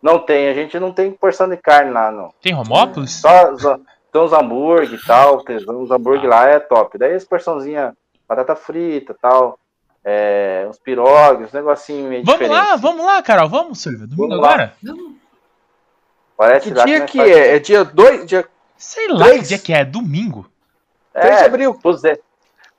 Não tem, a gente não tem porção de carne lá, não. Tem Romópolis? Só, só tem uns hambúrguer e tal, tem uns hambúrguer lá, é top. Daí as porçãozinha, batata frita e tal, é, uns pirogues, uns negocinho meio Vamos É, diferente. lá, vamos lá, Carol. Vamos, Silvia. Domingo Vamos lá. agora? Parece Que lá dia nós que faz- é? É dia 2? Dia Sei lá que Três. dia que é. Domingo? 3 de É, abril. pro Zé.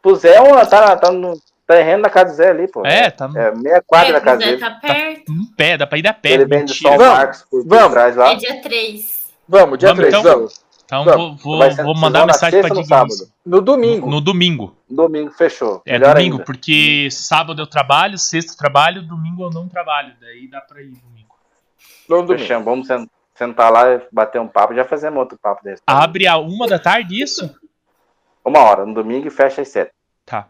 Pro Zé, é uma- tá, tá no terreno da casa do Zé ali, pô. É, tá no É, meia quadra da casa Zé dele. tá perto. em pé, dá pra ir a pé. Ele vem de mentira. São Vamos, Marcos por, por vamos. trás lá. É dia 3. Vamos, dia Vamos, 3, então? vamos. Então Vamos. vou, vou, Vai ser- vou vocês mandar vão na mensagem pra sexta ou no Diguinho. sábado? No domingo. No domingo. Domingo fechou. É Melhor domingo, ainda. porque sábado eu trabalho, sexta eu trabalho, domingo eu não trabalho. Daí dá pra ir domingo. No domingo. Fechamos, vamos sen- sentar lá, bater um papo, já fazemos outro papo desse. Abre a uma da tarde isso? Uma hora, no domingo e fecha às sete. Tá.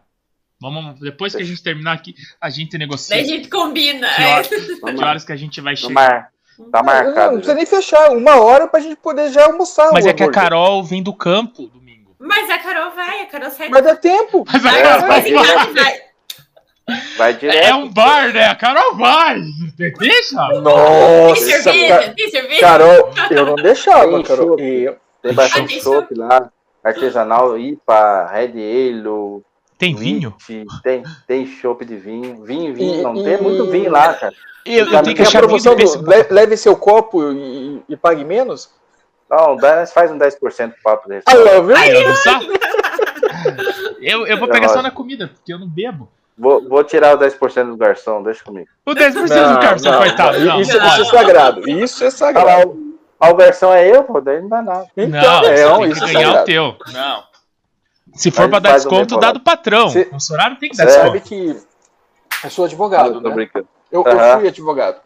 Vamos, depois que a gente terminar aqui, a gente negocia Daí a gente combina. que horas, Vamos que lá. horas que a gente vai No chegar. mar. Tá Não, não marcado. precisa nem fechar. Uma hora pra gente poder já almoçar. Mas o é que a hambúrguer. Carol vem do campo domingo. Mas a Carol vai, a Carol sai Mas dá tempo. Mas a Vai, Carol É, vai, vai. mas- vai, vai. Vai É, direto. um bar, né? A Carol vai. Deixa. Tem Nossa, ca- cerveja? Tem cerveja? Carol, eu não deixava, Tem Carol. chope. Eu- Tem bastante Ah, chopp lá. Artesanal, IPA, Red Ale, Tem vinho? whisky, Tem, tem chopp de vinho. Vinho, E- vinho. Não e- tem muito vinho lá, cara. Eu, Já eu não tenho que Tem a achar vinho promoção do do Facebook. le- leve seu copo e, e- e pague menos? Não, daí nós faz um 10% pro papo desse. Ah, lá, viu? Ah, eu, não sabe? eu, eu vou Já pegar só vai. na comida, porque eu não bebo. Vou, vou tirar o 10% do garçom, deixa comigo. O 10% Não, do Carlos, não, coitado. Não, Isso, olha. isso é sagrado. Isso é Ah, lá, sagrado. o, ah, o garçom é eu, pô, daí não dá nada. Não, é, você tem isso é que ganhar o sagrado. teu. Não. Se for Mas pra dar faz o desconto, dá memorado. do patrão. Você- O funcionário tem que dar Você sabe desconto. que eu sou Não, advogado, tô né? brincando. Eu, eu Aham. fui advogado.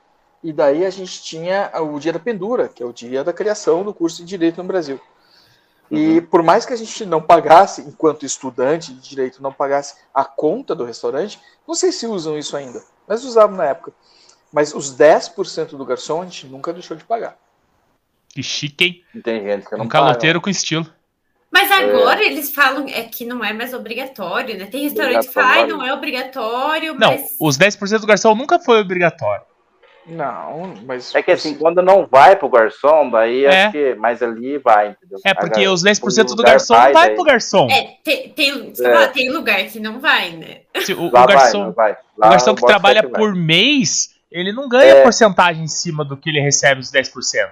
E daí a gente tinha o dia da pendura, que é o dia da criação do curso de direito no Brasil. E por mais que a gente não pagasse, enquanto estudante de direito, não pagasse a conta do restaurante, não sei se usam isso ainda, mas usavam na época. Mas os 10% do garçom a gente nunca deixou de pagar. Que chique, hein? Tem gente que não Um paga. né? caloteiro com estilo. Mas agora eles falam é que não é mais obrigatório, né? Tem restaurante que fala, ai, não é obrigatório, Não, mas. os 10% do garçom nunca foi obrigatório. Não, mas. É que assim, quando não vai pro garçom, daí É. acho que. Mas ali vai, entendeu? É, porque Agora, os 10% do lugar garçom vai, vai daí. pro garçom. É, tem, tem, isso que eu É. falo, tem lugar que não vai, né? Se O, o lá vai, né? garçom, não vai. Lá o garçom é um que bota trabalha fé que vai. por mês, ele não ganha É. porcentagem em cima do que ele recebe os 10%.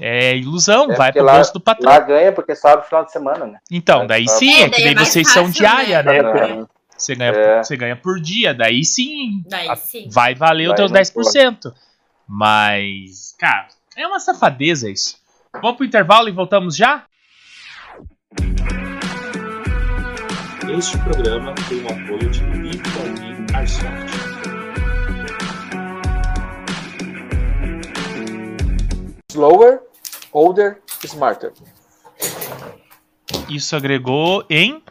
É ilusão, É, vai porque pro lá- bolso do patrão. Lá ganha porque sobe no final de semana, né? Então, daí sim, É, é, que daí é daí mais vocês fácil, são diária, né? né? É. Você ganha, É. você ganha por dia, daí sim Daí A- sim. vai valer os Vai, teus não 10%. Mas, cara, é uma safadeza isso. Vamos pro intervalo e voltamos já? Este programa tem o apoio de Bip Forbi Arsoft. Slower, older, smarter. Isso agregou em.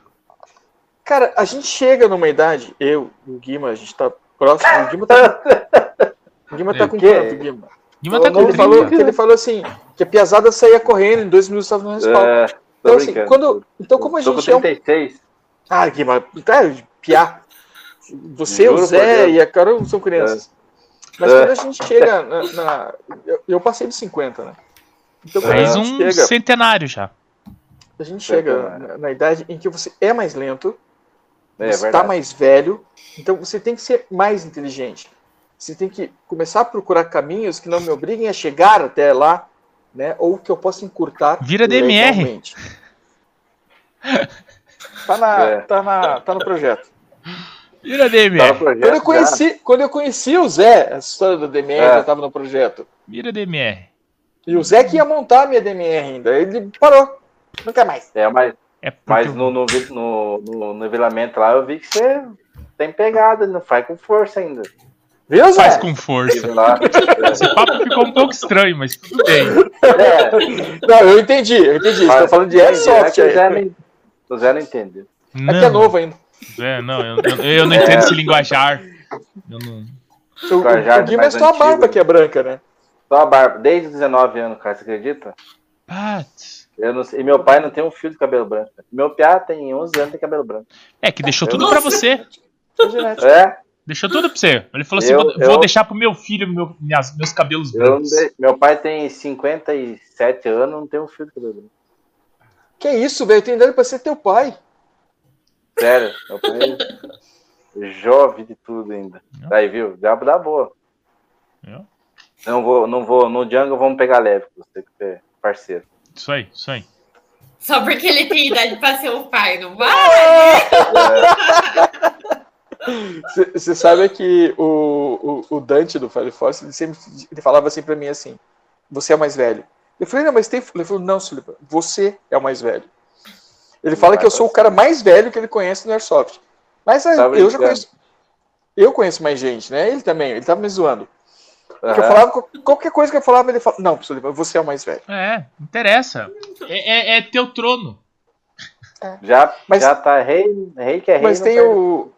Cara, a gente chega numa idade, eu e o Guima, a gente tá próximo. O Guima tá, o Guima É, tá com O quê? quanto, Guima? Guima tá Eu com não Ele 30. falou, que ele falou assim, que a piazada saía correndo, em dois minutos tava no respaldo. É, então, tô assim, brincando. quando, então como a Tô com gente é um... 36. Ah, Guima, tá, piá. Você, é Juro o por Zé Deus. e a Carol são crianças. Mas É. quando a gente chega na... na- eu, eu passei dos 50, né? Então quando Fez a um gente chega... centenário já. A gente chega na, na idade em que você é mais lento, É, você está verdade. mais velho, então você tem que ser mais inteligente. Você tem que começar a procurar caminhos que não me obriguem a chegar até lá, né? Ou que eu possa encurtar. Vira DMR. legalmente. Tá, na, É. tá, na, tá no projeto. Vira Tá no DMR. projeto Quando eu, já. conheci, quando eu conheci o Zé, essa história da DMR, É. eu tava no projeto. Vira DMR. E o Zé que ia montar a minha DMR ainda. Ele parou. Nunca mais. É, mas, É porque mas no, no, vi- no, no nivelamento lá eu vi que você tem pegada, não faz com força ainda. Viu, Zé? faz com força. Tive lá. é. Esse papo ficou um pouco estranho, mas tudo bem. É, Não, eu entendi, eu entendi. mas- Estou falando de airsoft. é que É, o Zé nem- O Zé não entendeu. Não, é que é novo ainda. é, não eu, eu- eu não entendo esse linguajar. Eu não- O, o, o Jardim Guima é mais só a antigo, barba né? que é branca, né? Só a barba. Desde os 19 anos, cara, você acredita? Ah, Eu não sei. E meu pai não tem um fio de cabelo branco. Meu piá tem 11 anos e tem cabelo branco. é que deixou Eu tudo não- pra você. É genético. É, Deixou tudo pra você. Ele falou assim: Eu- vou, vou eu- deixar pro meu filho meu- minhas- meus cabelos eu não brancos. dei- meu pai tem 57 anos e não tem um fio de cabelo branco. Que isso, velho? Eu tenho idade pra ser teu pai. Sério, meu pai é jovem de tudo ainda. Não. Aí, viu? Diabo da boa. Não. Não vou, não vou, no Django vamos pegar leve com você, que você é parceiro. Isso aí, isso aí. Só porque ele tem idade pra ser o pai, É não vai? É, Você sabe que o, o, o Dante do Fire Force, ele sempre ele falava assim pra mim assim: você é o mais velho. Eu falei, não, mas tem. Ele falou, não, Sulipa, você é o mais velho. Ele fala Vai que eu sou o pra cara mais velho que ele conhece no Airsoft. Mas ah, Tá eu já brincando. conheço. Eu conheço mais gente, né? Ele também, ele tava me zoando. Porque eu Aham. falava, qual- qualquer coisa que eu falava, ele falava, não, Sulipa, você é o mais velho. É, não interessa. É, é- é teu trono. Já, Mas- já tá rei, rei que é rei. Mas não tem perde. o.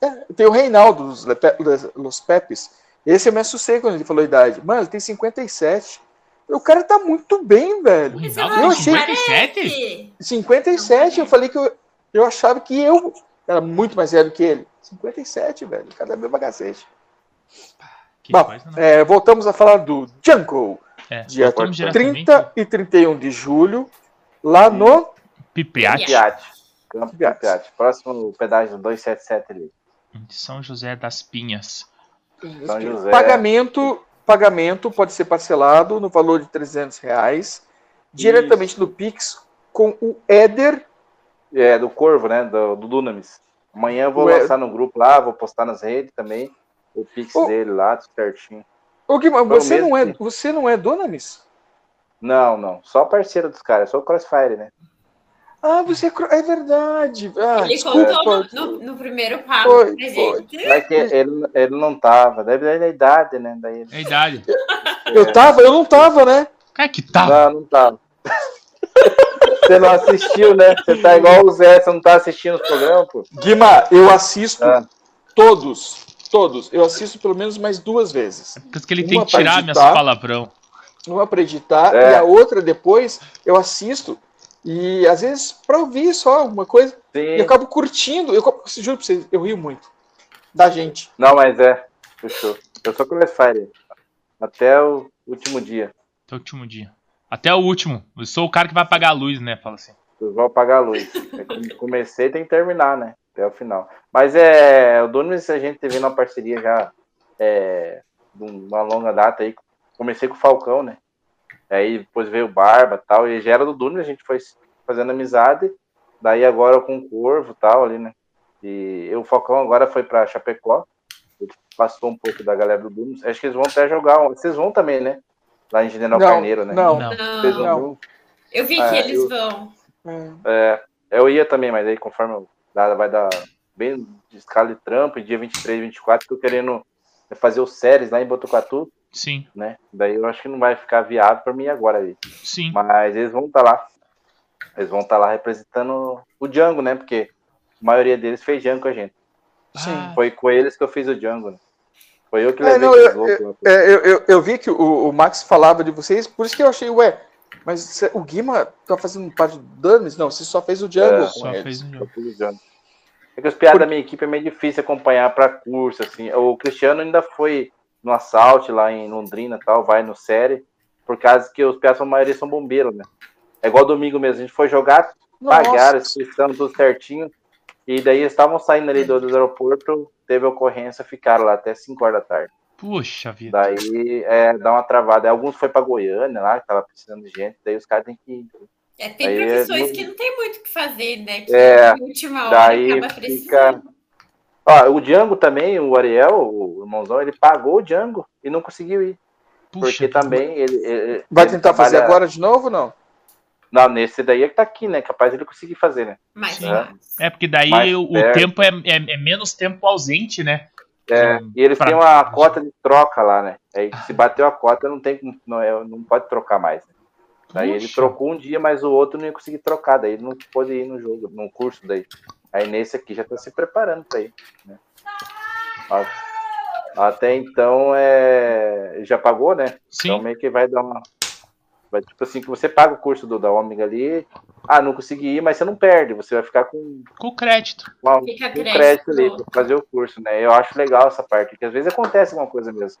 é, tem o Reinaldo dos, Lepe- dos- dos Pepes. Esse é eu me assustei quando ele falou a idade. Mano, ele tem 57. O cara tá muito bem, velho. Mas Não, eu tem acho que 57? parece. 57, eu falei que eu, eu achava que eu era muito mais velho que ele. 57, velho. O cara é meu bagacete. Que Bom, coisa, né? É, voltamos a falar do Jungle. É, dia voltamos diretamente. 30 e 31 de julho, lá no. Pipiate, Piate. Campo Piate. Piate. Próximo pedágio 277 ali. de São José das Pinhas. São José. Pagamento, pagamento pode ser parcelado no valor de 300 reais, diretamente no Pix, com o Éder É do Corvo, né? Do, do Dunamis. Amanhã eu vou Ué. lançar no grupo lá, vou postar nas redes também. O pix Ô. dele lá, tudo certinho. Ô, Guimar, Foi o você mesmo não, é, que- você não é Donamis? Não, não. Só parceiro dos caras, só o Crossfire, né? Ah, você é, cro- é verdade. Ah, Ele desculpa. contou no, no- no primeiro papo Foi, pra foi. gente. né? Mas é que ele, ele não tava. Deve dar a idade, né? Daí ele... É a idade. Eu tava, eu não tava, né? Cara, que tá, tava. Não, não tava. Você não assistiu, né? Você tá igual o Zé, você não tá assistindo os programas, pô. Guima, eu assisto Ah. todos, todos. Eu assisto pelo menos mais duas vezes. Por isso que ele tem Uma que tirar pra minhas editar. palavrão. Uma pra editar É. e a outra depois eu assisto. E às vezes pra ouvir só alguma coisa. E eu Sim. acabo curtindo. Eu acabo- juro pra vocês, eu rio muito. Da gente. Não, mas é. Fechou. Eu sou Crossfire. Até o último dia. Até o último dia. Até o último. Eu sou o cara que vai apagar a luz, né? Fala assim. Eu vou apagar a luz. É que comecei, tem que terminar, né? Até o final. Mas é. O Dunamis, a gente teve uma parceria já é, de uma longa data aí. Comecei com o Falcão, né? Aí depois veio o Barba e tal. E já era do Dunamis, a gente foi fazendo amizade. Daí agora com o Corvo e tal ali, né? E eu, o Falcão agora foi pra Chapecó. Ele passou um pouco da galera do Dunamis. Acho que eles vão até jogar. um- Vocês vão também, né? Lá em General Não, Carneiro, né? Não. Vocês vão Não, Não. junto? eu vi Ah, que eles eu- vão. É. É, eu ia também, mas aí conforme eu- dá- vai dar bem de escala e trampo, e dia 23, 24, tô querendo fazer o séries lá em Botucatu, Sim, né? Daí eu acho que não vai ficar viável pra mim agora aí. sim. Mas eles vão estar lá. Eles vão estar lá representando o Django, né? Porque a maioria deles fez Django com a gente. Ah, Foi com eles que eu fiz o Django, né? Foi eu que É, levei não, aqueles eu- loucos lá. É, eu, eu, eu vi que o, o Max falava de vocês, por isso que eu achei, ué, mas cê- o Guima tá fazendo parte do Danis? Não, você só fez o Django É, com só ele. fez um Eu jogo. fiz o Django. É que os piados da minha equipe é meio difícil acompanhar pra curso, assim. O Cristiano ainda foi no assalto lá em Londrina e tal, vai no série, por causa que os piados, a maioria são bombeiros, né? É igual domingo mesmo, a gente foi jogar, Nossa, pagaram, inscrição, tudo certinho, e daí eles estavam saindo ali do, do aeroporto, teve ocorrência, ficaram lá até 5 horas da tarde. Puxa vida. Daí, é, dá uma travada. Alguns foi pra Goiânia lá, que tava precisando de gente, daí os caras têm que ir É, tem Aí é profissões muito- que não tem muito o que fazer, né? Que É, na última hora Daí acaba precisando. fica. Ó, o Django também, o Ariel, o irmãozão, ele pagou o Django e não conseguiu ir. Puxa porque também ele. ele- Vai ele tentar fazer trabalha- agora de novo não? Não, nesse daí é que tá aqui, né? Capaz ele conseguir fazer, né? Mais Sim. fácil. É, porque daí Mais o, o perto. tempo é, é- é menos tempo ausente, né? É, Hum, e eles pra- têm uma cota de troca lá, né? Aí se bateu a cota, não tem como- não, é- não pode trocar mais. né? Daí ele Puxa. trocou um dia, mas o outro não ia conseguir trocar. Daí ele não pôde ir no jogo, no curso daí. Aí nesse aqui já tá se preparando pra ir. né? A- Até então é. ele Já pagou, né? Então Sim, meio que vai dar uma. Vai, tipo assim, que você paga o curso do da Ômega ali. Ah, não consegui ir, mas você não perde. Você vai ficar com, com crédito. uma- com Fica Um crédito, crédito. ali pra fazer o curso, né? Eu acho legal essa parte, porque às vezes acontece alguma coisa mesmo.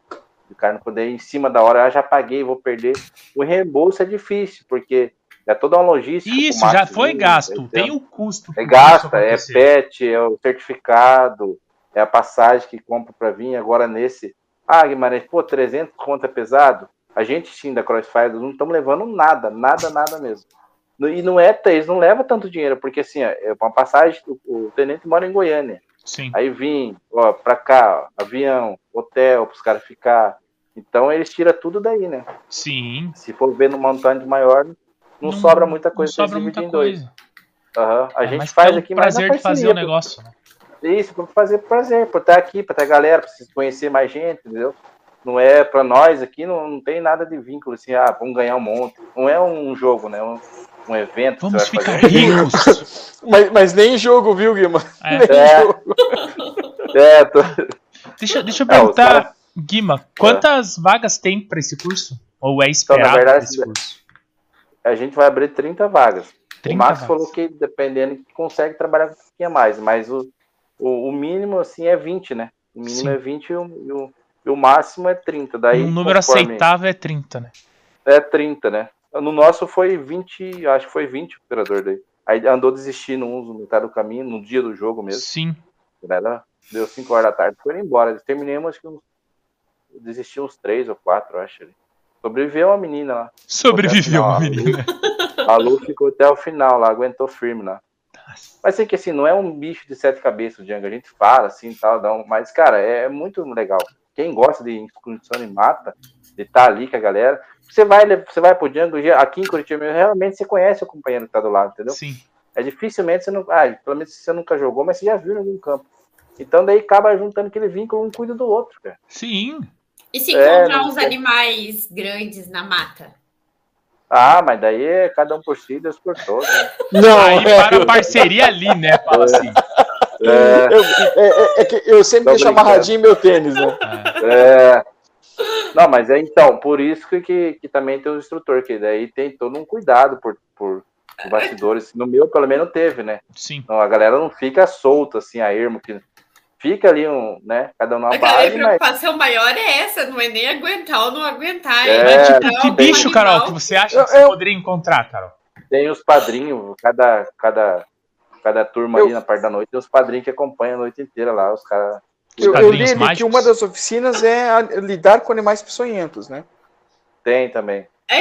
O cara não poder ir em cima da hora, ah, já paguei, vou perder. O reembolso é difícil, porque é toda uma logística. Isso, com já máquina, foi gasto. né? Tem o custo. É pro isso gasta, é acontecer. pet, é o certificado, é a passagem que compra para vir. Agora nesse. Ah, Guimarães, pô, 300 conto é pesado? A gente sim, da Crossfire, não estamos levando nada, nada, nada mesmo. No- E não é, eles não levam tanto dinheiro, porque assim, ó, é uma passagem, o, o tenente mora em Goiânia. Sim. Aí vim, ó, pra cá, ó, avião, hotel, pros caras ficar. Então eles tiram tudo daí, né? Sim. Se for ver no montante maior, não, sobra muita coisa Não pra sobra muita dividir em dois. coisa. Aham, A É, gente mas faz pelo aqui, mas na prazer de fazer o parceria, negócio. né? isso, pra fazer prazer, pra estar aqui, pra ter galera, pra se conhecer mais gente, entendeu? Não é pra nós aqui, não, não tem nada de vínculo, assim, ah, vamos ganhar um monte. Não é um jogo, né? Um, um evento. que Vamos você vai ficar fazer. um ricos. Mas, mas nem jogo, viu, Guima? É. Nem É. jogo. É, tô- Deixa, deixa eu É, os É. perguntar, Guima, quantas vagas tem pra esse curso? Ou é esperado Então, na verdade, pra esse curso? a gente vai abrir 30 vagas. 30 o Max vagas. falou que dependendo que consegue trabalhar com um pouquinho a mais, mas o, o, o mínimo assim é 20, né? O mínimo Sim. é 20 e o, e o- e o máximo é 30. Daí, um número conforme- aceitável é 30, né? É 30, né? No nosso foi 20, acho que foi 20 o operador daí. Aí andou desistindo uns no metade do caminho, no dia do jogo mesmo. Sim. Era, deu 5 horas da tarde, foram embora. Eles terminamos, acho que uns, desistiu uns 3 ou 4, acho. ali. Sobreviveu uma menina lá. Sobreviveu, assim, Não, menina. A Lu ficou até o final lá, aguentou firme lá. Mas sei que assim, não é um bicho de sete cabeças o Django. A gente fala assim tal, dá um- mas, cara, é muito legal. Quem gosta de incursão em mata, de estar ali com a galera, você vai, você vai pro Django aqui em Curitiba, mesmo, realmente você conhece o companheiro que tá do lado, entendeu? Sim. É dificilmente você não. Ah, pelo menos você nunca jogou, mas você já viu em algum campo. Então daí acaba juntando aquele vínculo, um cuida do outro, cara. Sim. E se É, encontrar não uns sei. animais grandes na mata? Ah, mas daí é cada um por si, Deus por todos. né? Não, Aí é, para a parceria ali, né? Fala assim. É, eu, é- é- é que eu sempre Tô deixo brincando. amarradinho meu tênis, né? é. Não, mas é então, por isso que- que, que também tem o instrutor, que daí tem todo um cuidado por, por por bastidores. No meu, pelo menos, teve, né? Sim. Não, a galera não fica solta, assim, a ermo, que fica ali um, né? Cada um na A galera, base, a mas. preocupação maior é essa, não é nem aguentar ou não aguentar. É, Mas, encontrar tipo, que algum bicho, Carol, animal. que você acha que Eu- você eu- poderia encontrar, Carol? tem os padrinhos, cada, cada, cada turma Eu- ali na parte da noite, tem os padrinhos que acompanham a noite inteira lá, os caras. Eu, eu li quadrinhos ali que mágicos. uma das oficinas é a- lidar com animais peçonhentos, né? Tem também. É,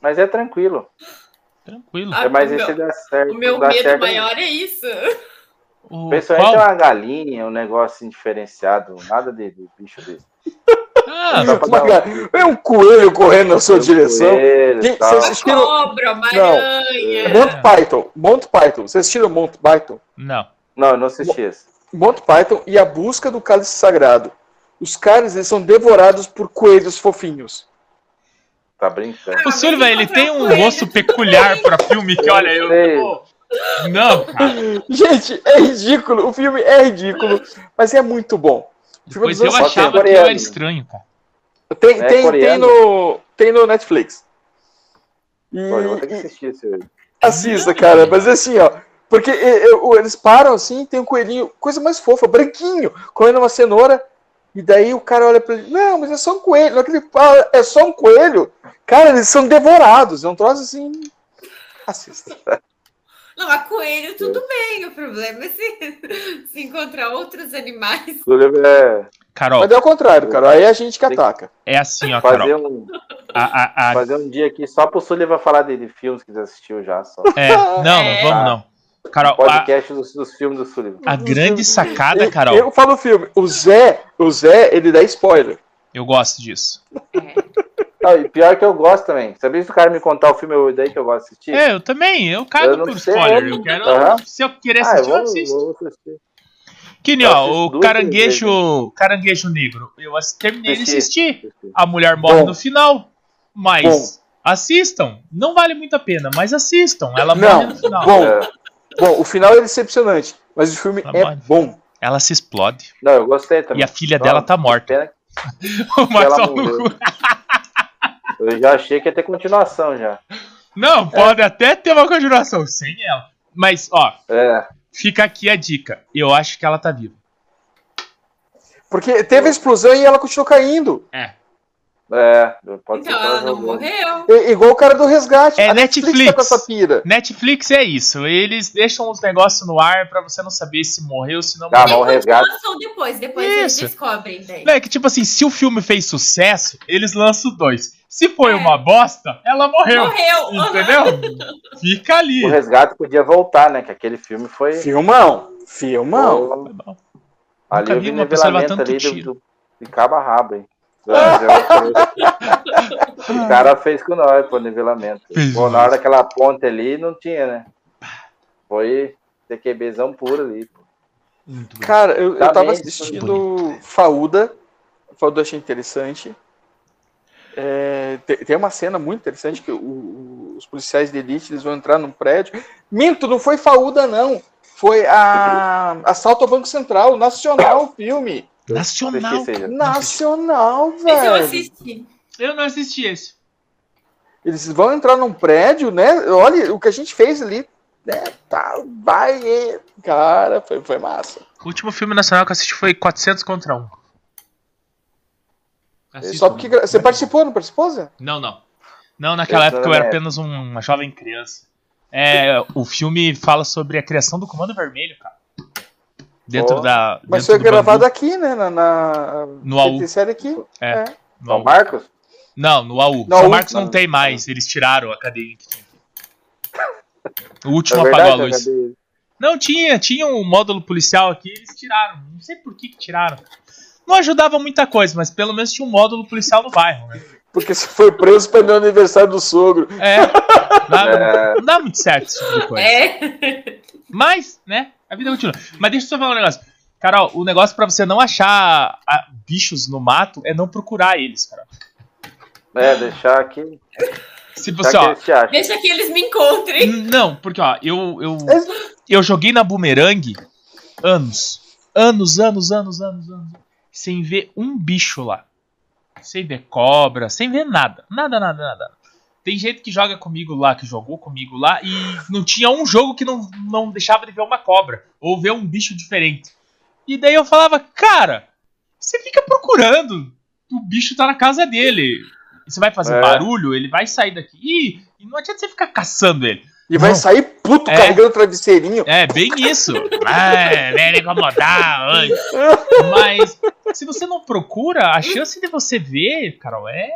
Mas é tranquilo. Tranquilo. Ah, É, mas meu- esse dá certo. o meu dá medo certo. né? maior é isso. O Pessoalmente é qual? uma galinha, um negócio assim, diferenciado, nada de, de bicho desse. Ah, Dá pra Uma dar um- ga- É um É coelho correndo na sua um direção. coelho e Gente, tal. Vocês assistiram Cobra, uma Não. É. aranha. Monty Python? Monty Python. Vocês assistiram Monty Python? não. Não, eu não assisti esse. Monty Python e a busca do cálice sagrado. Os caras eles são devorados por coelhos fofinhos. Tá brincando. O Sullivan, ele tem um Coelho, gosto peculiar pra filme que, Eu olha, eu. sei. É. pô, Não, cara. Gente, é ridículo. O filme é ridículo, mas é muito bom. Tipo, O filme é Pois dos eu anos 70. achava que eu coreano. era estranho, cara. Tem, É tem, tem, coreano? no, tem no Netflix. E, Pô, eu vou ter que e- assistir esse. Hum. hoje. assista, cara. Mas assim, ó. Porque e- eu- eles param assim e tem um coelhinho, coisa mais fofa, branquinho, comendo uma cenoura. E daí o cara olha pra ele, não, mas é só um coelho. Na hora que ele fala, é só um coelho. Cara, eles são devorados. É um troço assim. Assista. Não, a coelho tudo bem, o problema é se, se encontrar outros animais. Sullivan é Carol, Mas é o contrário, cara. Aí é a gente que Tem que- ataca. é assim, ó, fazer Carol. um, A, a, a- fazer um dia aqui só pro Sullivan falar de, de filmes que já assistiu já. Só. é, não, não Ah. vamos não. Carol, a, Podcast dos, dos filmes do Sullivan. a grande sacada, Eu- Carol, Eu falo o filme. O Zé, o Zé, ele dá spoiler. eu gosto disso. Ah, e pior que eu gosto também. Sabia se o cara me contar o filme eu- daí que eu gosto de assistir? É, eu também, eu cago Eu não por sei, spoiler. eu não- Eu quero, Aham. Se eu quiser ah, eu assistir, eu, vou, assisto. vou assistir. Que nem, eu ó, assisto o duas, três caranguejo, caranguejo negro. Eu ass- terminei de Assisti. assistir. A mulher morre Bom. no final, mas Bom. assistam. Não vale muito a pena, mas assistam. Ela morre Não, no final. bom. É. Bom, o final é decepcionante, mas o filme Tá é bom. bom. Ela se explode Não, eu gostei e também. a filha Não, dela tá morta. Pena que O Marcelo ela no cu. morreu. Eu já achei que ia ter continuação já. É. Não, pode até ter uma continuação sem ela. Mas, ó, É, fica aqui a dica. Eu acho que ela tá viva. Porque teve a explosão e ela continuou caindo. é. Pode ser que Então, ela não jogou. morreu. É igual o cara do resgate. É a Netflix, Netflix. tá com essa pira. Netflix é isso. Eles deixam os negócios no ar pra você não saber se morreu, se não Tá morreu. Tem bom, resgate. continuação depois, depois eles Isso. descobrem. Daí. Não, É que, tipo assim, se o filme fez sucesso, eles lançam dois. Se foi É. uma bosta, ela morreu. Morreu! Entendeu? Fica ali. O resgate podia voltar, né? Que aquele filme foi. Filmão. Filmão. foi- Tá bom. ali Nunca o vi uma pessoa levar tanto nivelamento ali tiro. do, do, de cabo a rabo, hein? O cara fez com nós, pô, nivelamento. Fez Pô, na hora daquela ponte ali, não tinha, né? Foi TQBzão puro ali. pô. Muito bem. Cara, eu, eu Tá bem, tava assistindo Faúda. Faúda eu achei interessante. É, te- tem, uma cena muito interessante que o- o- os policiais de elite eles vão entrar num prédio. Minto, não foi Faúda, não. Foi a Assalto ao Banco Central, Nacional, o filme. Nacional. Esqueci, já. Não assisti. Nacional, Esse eu velho. assisti. Eu não assisti esse. Eles vão entrar num prédio, né? Olha o que a gente fez ali. Né? Tá, vai. é. Cara, foi, foi massa. O último filme nacional que eu assisti foi 400 contra 1. Assisto. né? Só porque É. gra- você participou, não participou, Zé? Não, não. Não, naquela Eu época eu também. era apenas um- uma jovem criança. É, o filme fala sobre a criação do Comando Vermelho, cara. Dentro Ó. da. Mas dentro foi do Bangu, gravado aqui, né? Na, na No AU. série aqui. no São AU. Marcos? Não, no AU. No São AU, Marcos não não. tem mais, eles tiraram a cadeia que tinha. O último Na verdade, apagou a luz. acabei- Não, tinha, tinha um módulo policial aqui, eles tiraram. Não sei por que, que tiraram. Não ajudava muita coisa, mas pelo menos tinha um módulo policial no bairro, né? Porque você foi preso pra ir no aniversário do sogro. É. Dá- É. Não dá muito certo esse tipo de coisa. É. Mas, né? A vida continua. Mas deixa eu só falar um negócio. Carol, o negócio pra você não achar ah, bichos no mato é não procurar eles, cara. Ah. É, deixar aqui. Se você, Deixar que ó. eles te acham. Deixa que eles me encontrem. N- Não, porque ó, eu, eu, eu joguei na bumerangue anos. Anos, anos, anos, anos, anos. Sem ver um bicho lá. Sem ver cobra, sem ver nada. Nada, nada, nada. Tem gente que joga comigo lá, que jogou comigo lá, e não tinha um jogo que não, não deixava de ver uma cobra. Ou ver um bicho diferente. E daí eu falava, cara, você fica procurando. O bicho tá na casa dele. Você vai fazer É. barulho, ele vai sair daqui. Ih, E não adianta você ficar caçando ele. E vai Não. sair puto É. carregando o travesseirinho. É, bem isso. Ah, velho, incomodar. ai. Mas se você não procura, a chance de você ver, Carol, é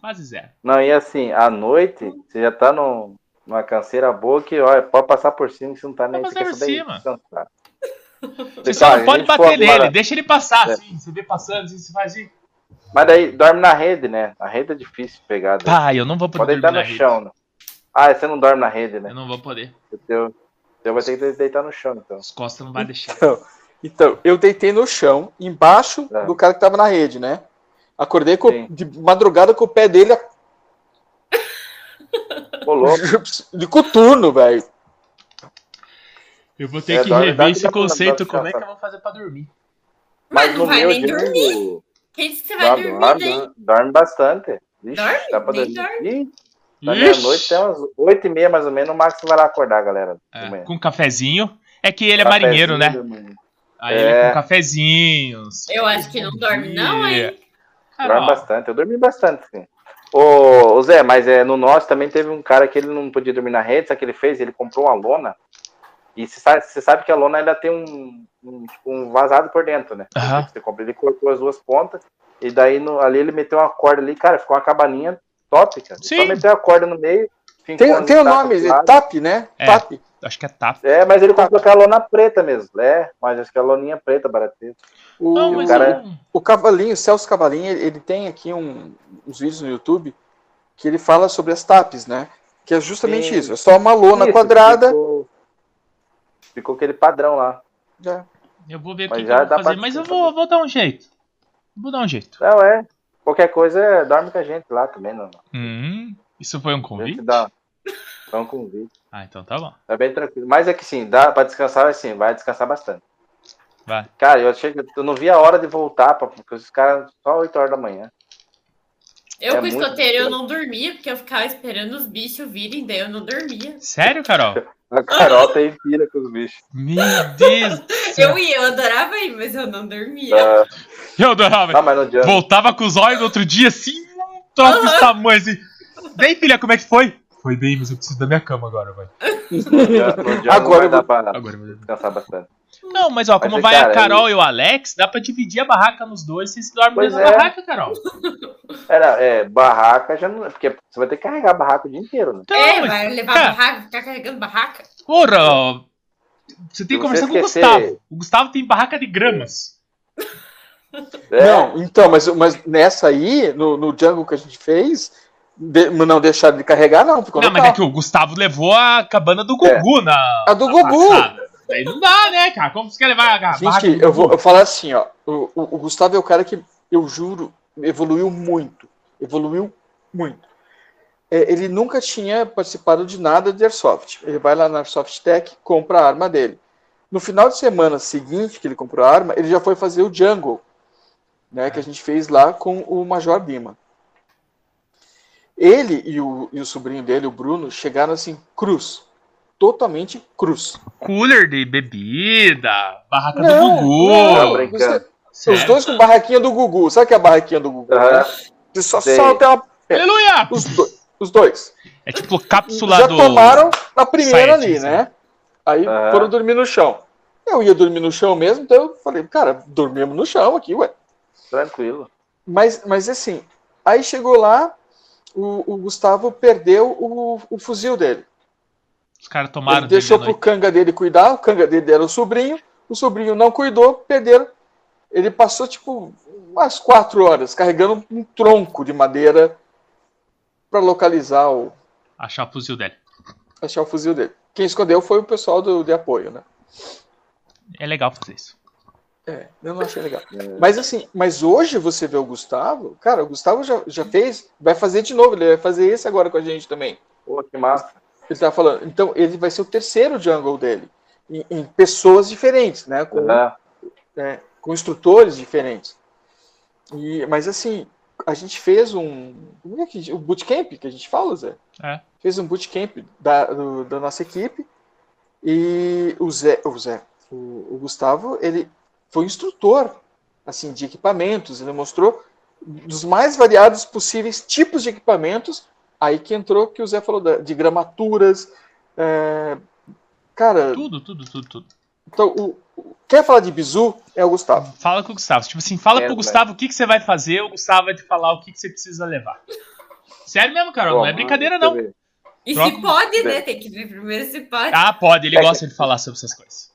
quase zero. Não, e assim, à noite, você já tá num- numa canseira boa que, olha, pode passar por cima que você não tá nem Pode você passar quer por saber cima. descansar. Você só não Fala, a pode gente for bater agora- nele, deixa ele passar, É. assim. Você vê passando, assim, você faz assim. Mas daí dorme na rede, né? A rede é difícil de pegar. Né? Pai, eu não vou Pode poder deitar dormir Ah, na no rede. chão. Né? Ah, você não dorme na rede, né? Eu não vou poder. O teu, o teu vai ter que deitar no chão, então. As costas não vai deixar. Então, eu deitei no chão, embaixo É. do cara que tava na rede, né? Acordei com- Sim. de madrugada com o pé dele a- Ô, louco. de coturno, velho. Eu vou ter É, que dorme- rever dorme esse na cama, conceito. dorme Como é que eu vou descansado. fazer pra dormir? Mas não vai meu nem de dormir. novo, Quem disse que você vai Dorme, dormir, dorme, né? dorme, dorme bastante. Ixi, Dorme, dá pra nem dormir. dorme. Ih, da meia-noite é um até umas oito e meia, mais ou menos, o Max vai lá acordar, galera. É, de manhã. com um cafezinho. É que ele é marinheiro, né? Cafezinho da manhã. Aí ele É. com um cafezinho. assim, Eu acho que não dorme, não, dia. hein? Carol, Dorme bastante, eu dormi bastante, sim. Ô, ô, Zé, mas é, no nosso também teve um cara que ele não podia dormir na rede, sabe o que ele fez? Ele comprou uma lona. E você sabe, você sabe que a lona ainda tem um, um, tipo, um vazado por dentro, né? Aham. Você compra, ele cortou as duas pontas. E daí no- ali ele meteu uma corda ali, cara, ficou uma cabaninha top, cara. Só Sim. meteu a corda no meio. fincou Tem, as tem o estacas nome, do é lado. TAP, né? É. TAP. acho que é tapa. É, mas ele comprou aquela lona preta mesmo. É, mas acho que é a loninha preta, barateta. O, Não, E o mas é- cara- é eu- o Cavalinho, o Celso Cavalinho, ele, ele tem aqui um- uns vídeos no YouTube que ele fala sobre as TAPs, né? Que é justamente Sim. isso. É só uma lona Isso, quadrada. tipo, Ficou, ficou aquele padrão lá. né? Eu vou ver o Mas que, que já eu vou dá fazer, pra mas eu descansar vou, vou dar um jeito. Vou dar um jeito. Não, é. Qualquer coisa, é, dorme com a gente lá também, não. Hum, isso foi um A gente convite? dá, dá um convite. Ah, então tá bom. É bem tranquilo. Mas é que sim, dá pra descansar, assim, vai descansar bastante. Vai. Cara, eu achei que eu não vi a hora de voltar, pra, porque os caras só 8 horas da manhã. Eu É com o muito escoteiro eu difícil. não dormia, porque eu ficava esperando os bichos virem, daí eu não dormia. Sério, Carol? A Carol tem pira com os bichos. Meu Deus! do céu. Eu ia, eu adorava ir, mas eu não dormia. Ah, Eu adorava. não, Ah, mas não adianta. Voltava com os olhos no outro dia assim, um troço desse tamanho assim. Bem, filha, como é que foi? Foi bem, mas eu preciso da minha cama agora, vai. Não adianta, não adianta, Agora eu não vai dar pra Agora eu vou- descansar bastante. Não, mas ó, Mas como é, vai a cara, Carol e o Alex, dá pra dividir a barraca nos dois, vocês dormem Pois dentro da é. barraca, Carol. Era, é, barraca já não. Porque você vai ter que carregar a barraca o dia inteiro, né? Então, é, mas, vai levar cara. barraca, ficar carregando barraca. porra, ó, você tem que Se você conversar com o esquecer- Gustavo. O Gustavo tem barraca de gramas. É, Não, então, mas, mas nessa aí, no, no Django que a gente fez, de- não deixaram de carregar, não. Ficou Não, não, mas é que o Gustavo levou a cabana do Gugu na. A do na É. Gugu. passada. Daí não dá, né, cara? Como você quer levar a barraca Gente, do eu Gugu? vou eu falar assim, ó. O, o- o Gustavo é o cara que, eu juro, evoluiu muito. Evoluiu muito. É, ele nunca tinha participado de nada de Airsoft. Ele vai lá na Airsoft Tech, compra a arma dele. No final de semana seguinte que ele comprou a arma, ele já foi fazer o Jungle, né, que a gente fez lá com o Major Bima. Ele e o, e o sobrinho dele, o Bruno, chegaram assim, cruz. Totalmente cruz. Cooler de bebida, barraca Não, do Gugu. É. Tá não, brincando. você- Sério? os dois com barraquinha do Gugu. Sabe que é a barraquinha do Gugu? Aham. né? Você só Sei. solta uma... Aleluia! os, do- os dois. É tipo cápsula Já do. tomaram na primeira site, ali, assim. né? Aí Aham. foram dormir no chão. Eu ia dormir no chão mesmo, então eu falei, cara, dormimos no chão aqui, ué. tranquilo. Mas, mas assim, aí chegou lá, o, o Gustavo perdeu o, o fuzil dele. Os caras tomaram Ele deixou pro dele à noite. canga dele cuidar, o canga dele era o sobrinho, o sobrinho não cuidou, perderam. Ele passou, tipo, umas quatro horas carregando um tronco de madeira para localizar o. achar o fuzil dele. achar o fuzil dele. Quem escondeu foi o pessoal do, de apoio, né? É legal fazer isso. É, eu não achei legal. Mas assim, mas hoje você vê o Gustavo, cara, o Gustavo já, já fez, vai fazer de novo, ele vai fazer esse agora com a gente também. Pô, que massa. Ele tá falando, então ele vai ser o terceiro jungle dele, em, em pessoas diferentes, né? Com Né? né, com instrutores diferentes. E, mas assim, a gente fez um. Como é que, o bootcamp que a gente fala, Zé? É. Fez um bootcamp da, do- da nossa equipe. E o Zé, o, Zé o, o Gustavo, ele foi instrutor assim de equipamentos. Ele mostrou dos mais variados possíveis tipos de equipamentos. Aí que entrou que o Zé falou da- de gramaturas. é, cara, Tudo, tudo, tudo, tudo. então, o, o- quer falar de bizu? É o Gustavo. Fala com o Gustavo. Tipo assim, fala É, pro né? velho. Gustavo o que, que você vai fazer, o Gustavo vai te falar o que, que você precisa levar. Sério mesmo, Carol, Bom, não é brincadeira deixa eu não. ver. E Troca- se pode, né? Tem que ver primeiro se pode. Ah, pode, ele É que- gosta de falar sobre essas coisas.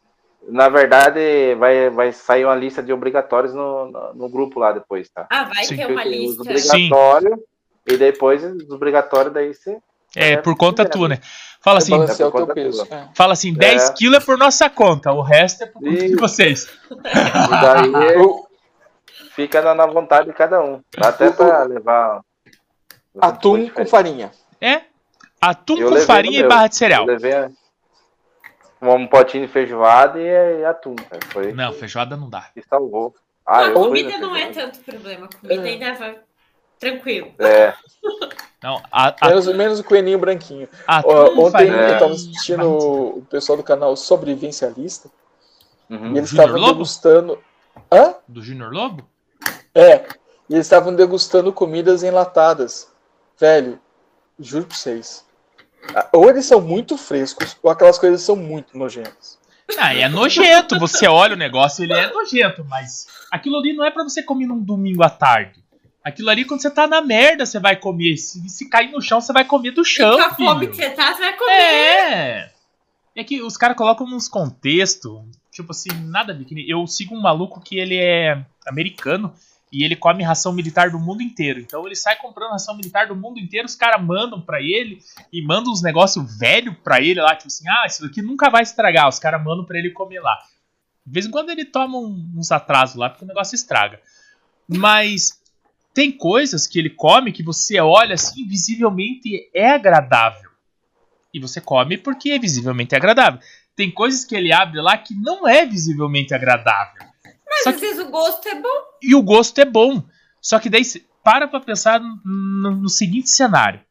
Na verdade, vai, vai sair uma lista de obrigatórios no, no, no grupo lá depois, tá? Ah, vai Sim. que é uma Tem os lista. Sim. obrigatórios e depois os obrigatórios daí você. É, É, por conta é. tua, né? Fala assim, balanço. balancear é por o teu conta peso. fala assim, 10 quilos é por nossa conta, o resto é por conta de Isso. vocês. E É. daí O- fica na, na vontade de cada um. Dá até pra levar. atum com farinha. É? Atum Eu com levei farinha e o meu. barra de cereal. Eu levei um potinho de feijoada e, e atum, cara. Foi Não, feijoada não dá. que salvou. Não, Ah, a eu fui comida na não é feijoada. tanto problema. Ah. A comida É. ainda vai tranquilo. É, Não, a- a- Menos, menos o coelhinho branquinho. Ó, atum, ontem farinha. É. eu tava e assistindo barra de cereal. o o pessoal do canal Sobrevivencialista uhum. e eles Hum, Júnior estavam Lobo? degustando. Hã? Do Junior Lobo? É. E eles estavam degustando comidas enlatadas. Velho, juro pra vocês. Ah, Ou eles são muito frescos, ou aquelas coisas são muito nojentas. Ah, é nojento. Você olha o negócio, ele é nojento, mas aquilo ali não é pra você comer num domingo à tarde. Aquilo ali, quando você tá na merda, você vai comer. Se, se cair no chão, você vai comer do chão, Com a fome que filho. você tá, você vai comer. É. É que os caras colocam uns contextos, tipo assim, nada de que nem- Eu sigo um maluco que ele é americano e ele come ração militar do mundo inteiro. Então ele sai comprando ração militar do mundo inteiro, os caras mandam pra ele e mandam uns negócios velho pra ele lá, tipo assim, ah, isso daqui nunca vai estragar. Os caras mandam pra ele comer lá. De vez em quando ele toma um- uns atrasos lá, porque o negócio estraga. Mas tem coisas que ele come que você olha assim, visivelmente é agradável. E você come porque é visivelmente agradável. Tem coisas que ele abre lá que não é visivelmente agradável. Mas Só às vezes o gosto é bom. E o gosto é bom. Só que daí cê- para pra pensar no, no seguinte cenário.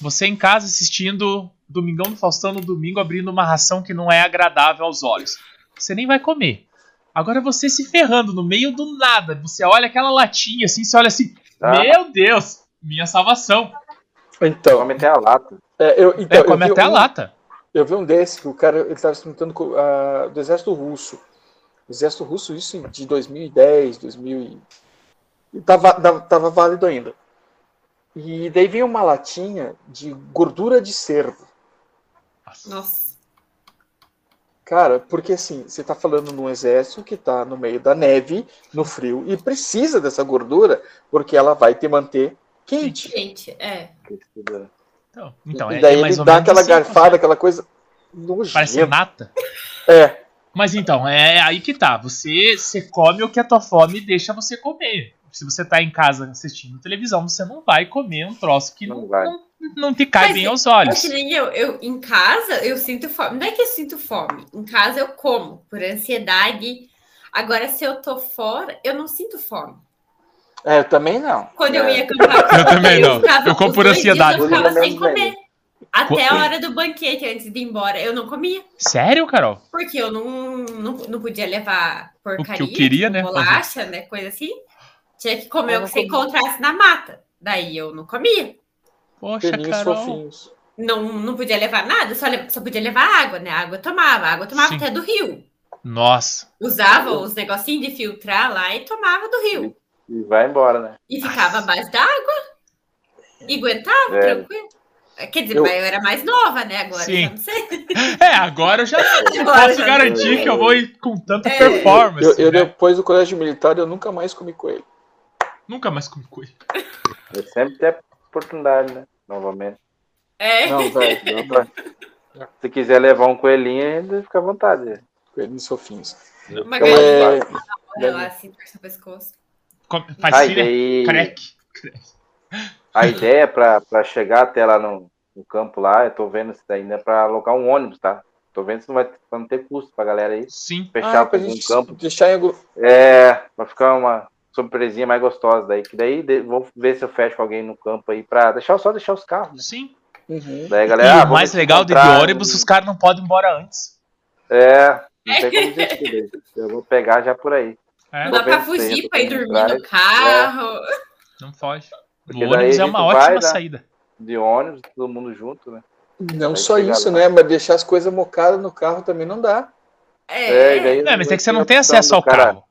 Você em casa assistindo Domingão do Faustão no domingo abrindo uma ração que não é agradável aos olhos. Você nem vai comer. Agora você se ferrando no meio do nada. Você olha aquela latinha assim, você olha assim, Ah. meu Deus, minha salvação. Então, Come até a lata. é, eu, então É, come eu vi até a um- lata. Eu vi um desse que o cara ele estava se lutando com, ah, do exército russo. O exército russo, isso em- de 2010, 2000. e- E tava, dava- tava válido ainda. E daí veio uma latinha de gordura de cervo. Nossa. Cara, porque assim, você tá falando num exército que tá no meio da neve, no frio, e precisa dessa gordura, porque ela vai te manter quente. Gente, é. que estuda. Então, então é, e daí é mais ele ou dá menos aquela assim, garfada, aquela coisa Parece nojenta. nata. É, Mas então, é aí que tá. Você, você come o que a tua fome deixa você comer. Se você tá em casa assistindo televisão, você não vai comer um troço que não, Não vai. não, não te cai Mas bem é- aos É olhos. que nem eu, eu, em casa, eu sinto fome. Não é que eu sinto fome. Em casa eu como, por ansiedade. Agora, se eu tô fora, eu não sinto fome. é, eu também não. Quando eu É. ia acampar, Eu também não. ficava- Eu como os por dois dias ansiedade. Eu ficava sem Pelo menos comer. Até Co- a hora do banquete, antes de ir embora, eu não comia. Sério, Carol? Porque eu não, não, não podia levar porcaria, eu queria, né, bolacha, né, coisa assim. Tinha que comer Eu o não que você comi. encontrasse na mata. Daí eu não comia. Poxa, Peninhos Carol. fofinhos. Não, não podia levar nada, só, le- só podia levar água, né? Água eu tomava, água eu tomava Sim. até do rio. Nossa. Usava os negocinhos de filtrar lá e tomava do rio. E vai embora, né? E ficava à base da água. E aguentava, É. tranquilo. É, Quer dizer, Eu- mas eu era mais nova, né? Agora, Sim. eu não sei. É, agora eu já Agora posso já garantir sei. que eu vou ir com tanta É. performance. Eu, eu né? depois do colégio militar, eu nunca mais comi coelho. Nunca mais comi coelho. Eu é sempre tem oportunidade, né? Novamente. É. Não, velho. não, não. Se quiser levar um coelhinho, ainda fica à vontade. Coelhinhos fofinhos. Uma Então, galinha É, olha lá, assim, torce o pescoço. Come- A Faz cília, ideia, crack. a ideia é pra, pra chegar até lá no, no campo lá, eu tô vendo se ainda é pra alocar um ônibus, tá? Tô vendo se não vai pra não ter custo pra galera aí. Sim. Fechar Ah, pra com um gente campo. deixar em algum... É, vai ficar uma surpresinha mais gostosa daí. Que daí de- vou ver se eu fecho com alguém no campo aí pra deixar só deixar os carros. Sim. Uhum. Daí, E galera, ah, o vamos mais se legal de, de encontrar ônibus, e- os caras não podem ir embora antes. É, não tem como desistir. daí. Eu vou pegar já por aí. É, Não dá Tô pra vendo fugir isso pra ir aí, tô dormir vendo no carro. não foge. O Porque ônibus daí é a uma gente ótima vai, né? saída. De ônibus, todo mundo junto, né? Não Vai só chegar isso, lá. né? Mas deixar as coisas mocadas no carro também não dá. É. e daí É, mas é vai que você ter não tem a opção acesso do ao cara- carro.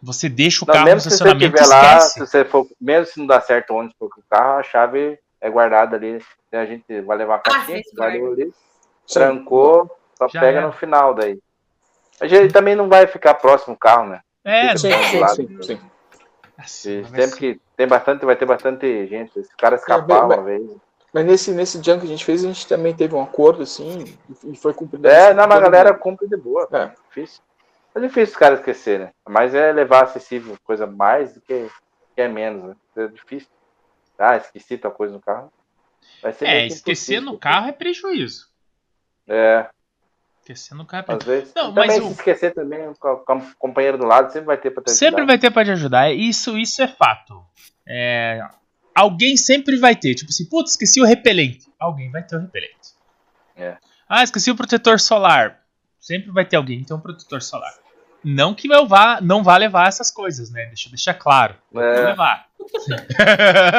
Você deixa o Então, Não, carro no mesmo se você estacionamento e tiver lá, esquece. se você for, mesmo se não dá certo onde for com o carro, a chave é guardada ali. né? A gente vai levar a caixinha, vocês guardou ali, Sim. trancou, só Já pega era. no final daí. Mas ele também não vai ficar próximo do carro, né? É, sim, não- é assim. sim, dá. sim, sim. Nossa, E mas vai sempre ser- que tem bastante, vai ter bastante gente. Se o cara escapar É, mas- uma vez. né? Mas nesse, nesse jump que a gente fez, a gente também teve um acordo, assim, e foi cumprido. É, não, mas a galera cumpre de boa. É. Difícil. É difícil os caras esquecer, né? Mas é levar acessível coisa mais do que, que é menos, né? É difícil. Ah, esqueci tal coisa no carro. Vai ser meio É, que esquecer impossível. no carro é prejuízo. É, Esquecer no carro é às prejuízo. vezes. Não, E também mas se o- esquecer também, com o com o companheiro do lado, sempre vai ter pra te Sempre ajudar. vai ter pra te ajudar. Isso, isso é fato. É, alguém sempre vai ter. Tipo assim, putz, esqueci o repelente. Alguém vai ter o repelente. É. Ah, esqueci o protetor solar. Sempre vai ter alguém que tem um protetor solar. Não que eu vá, não vá levar essas coisas, né? Deixa eu deixar claro. Vou É, levar.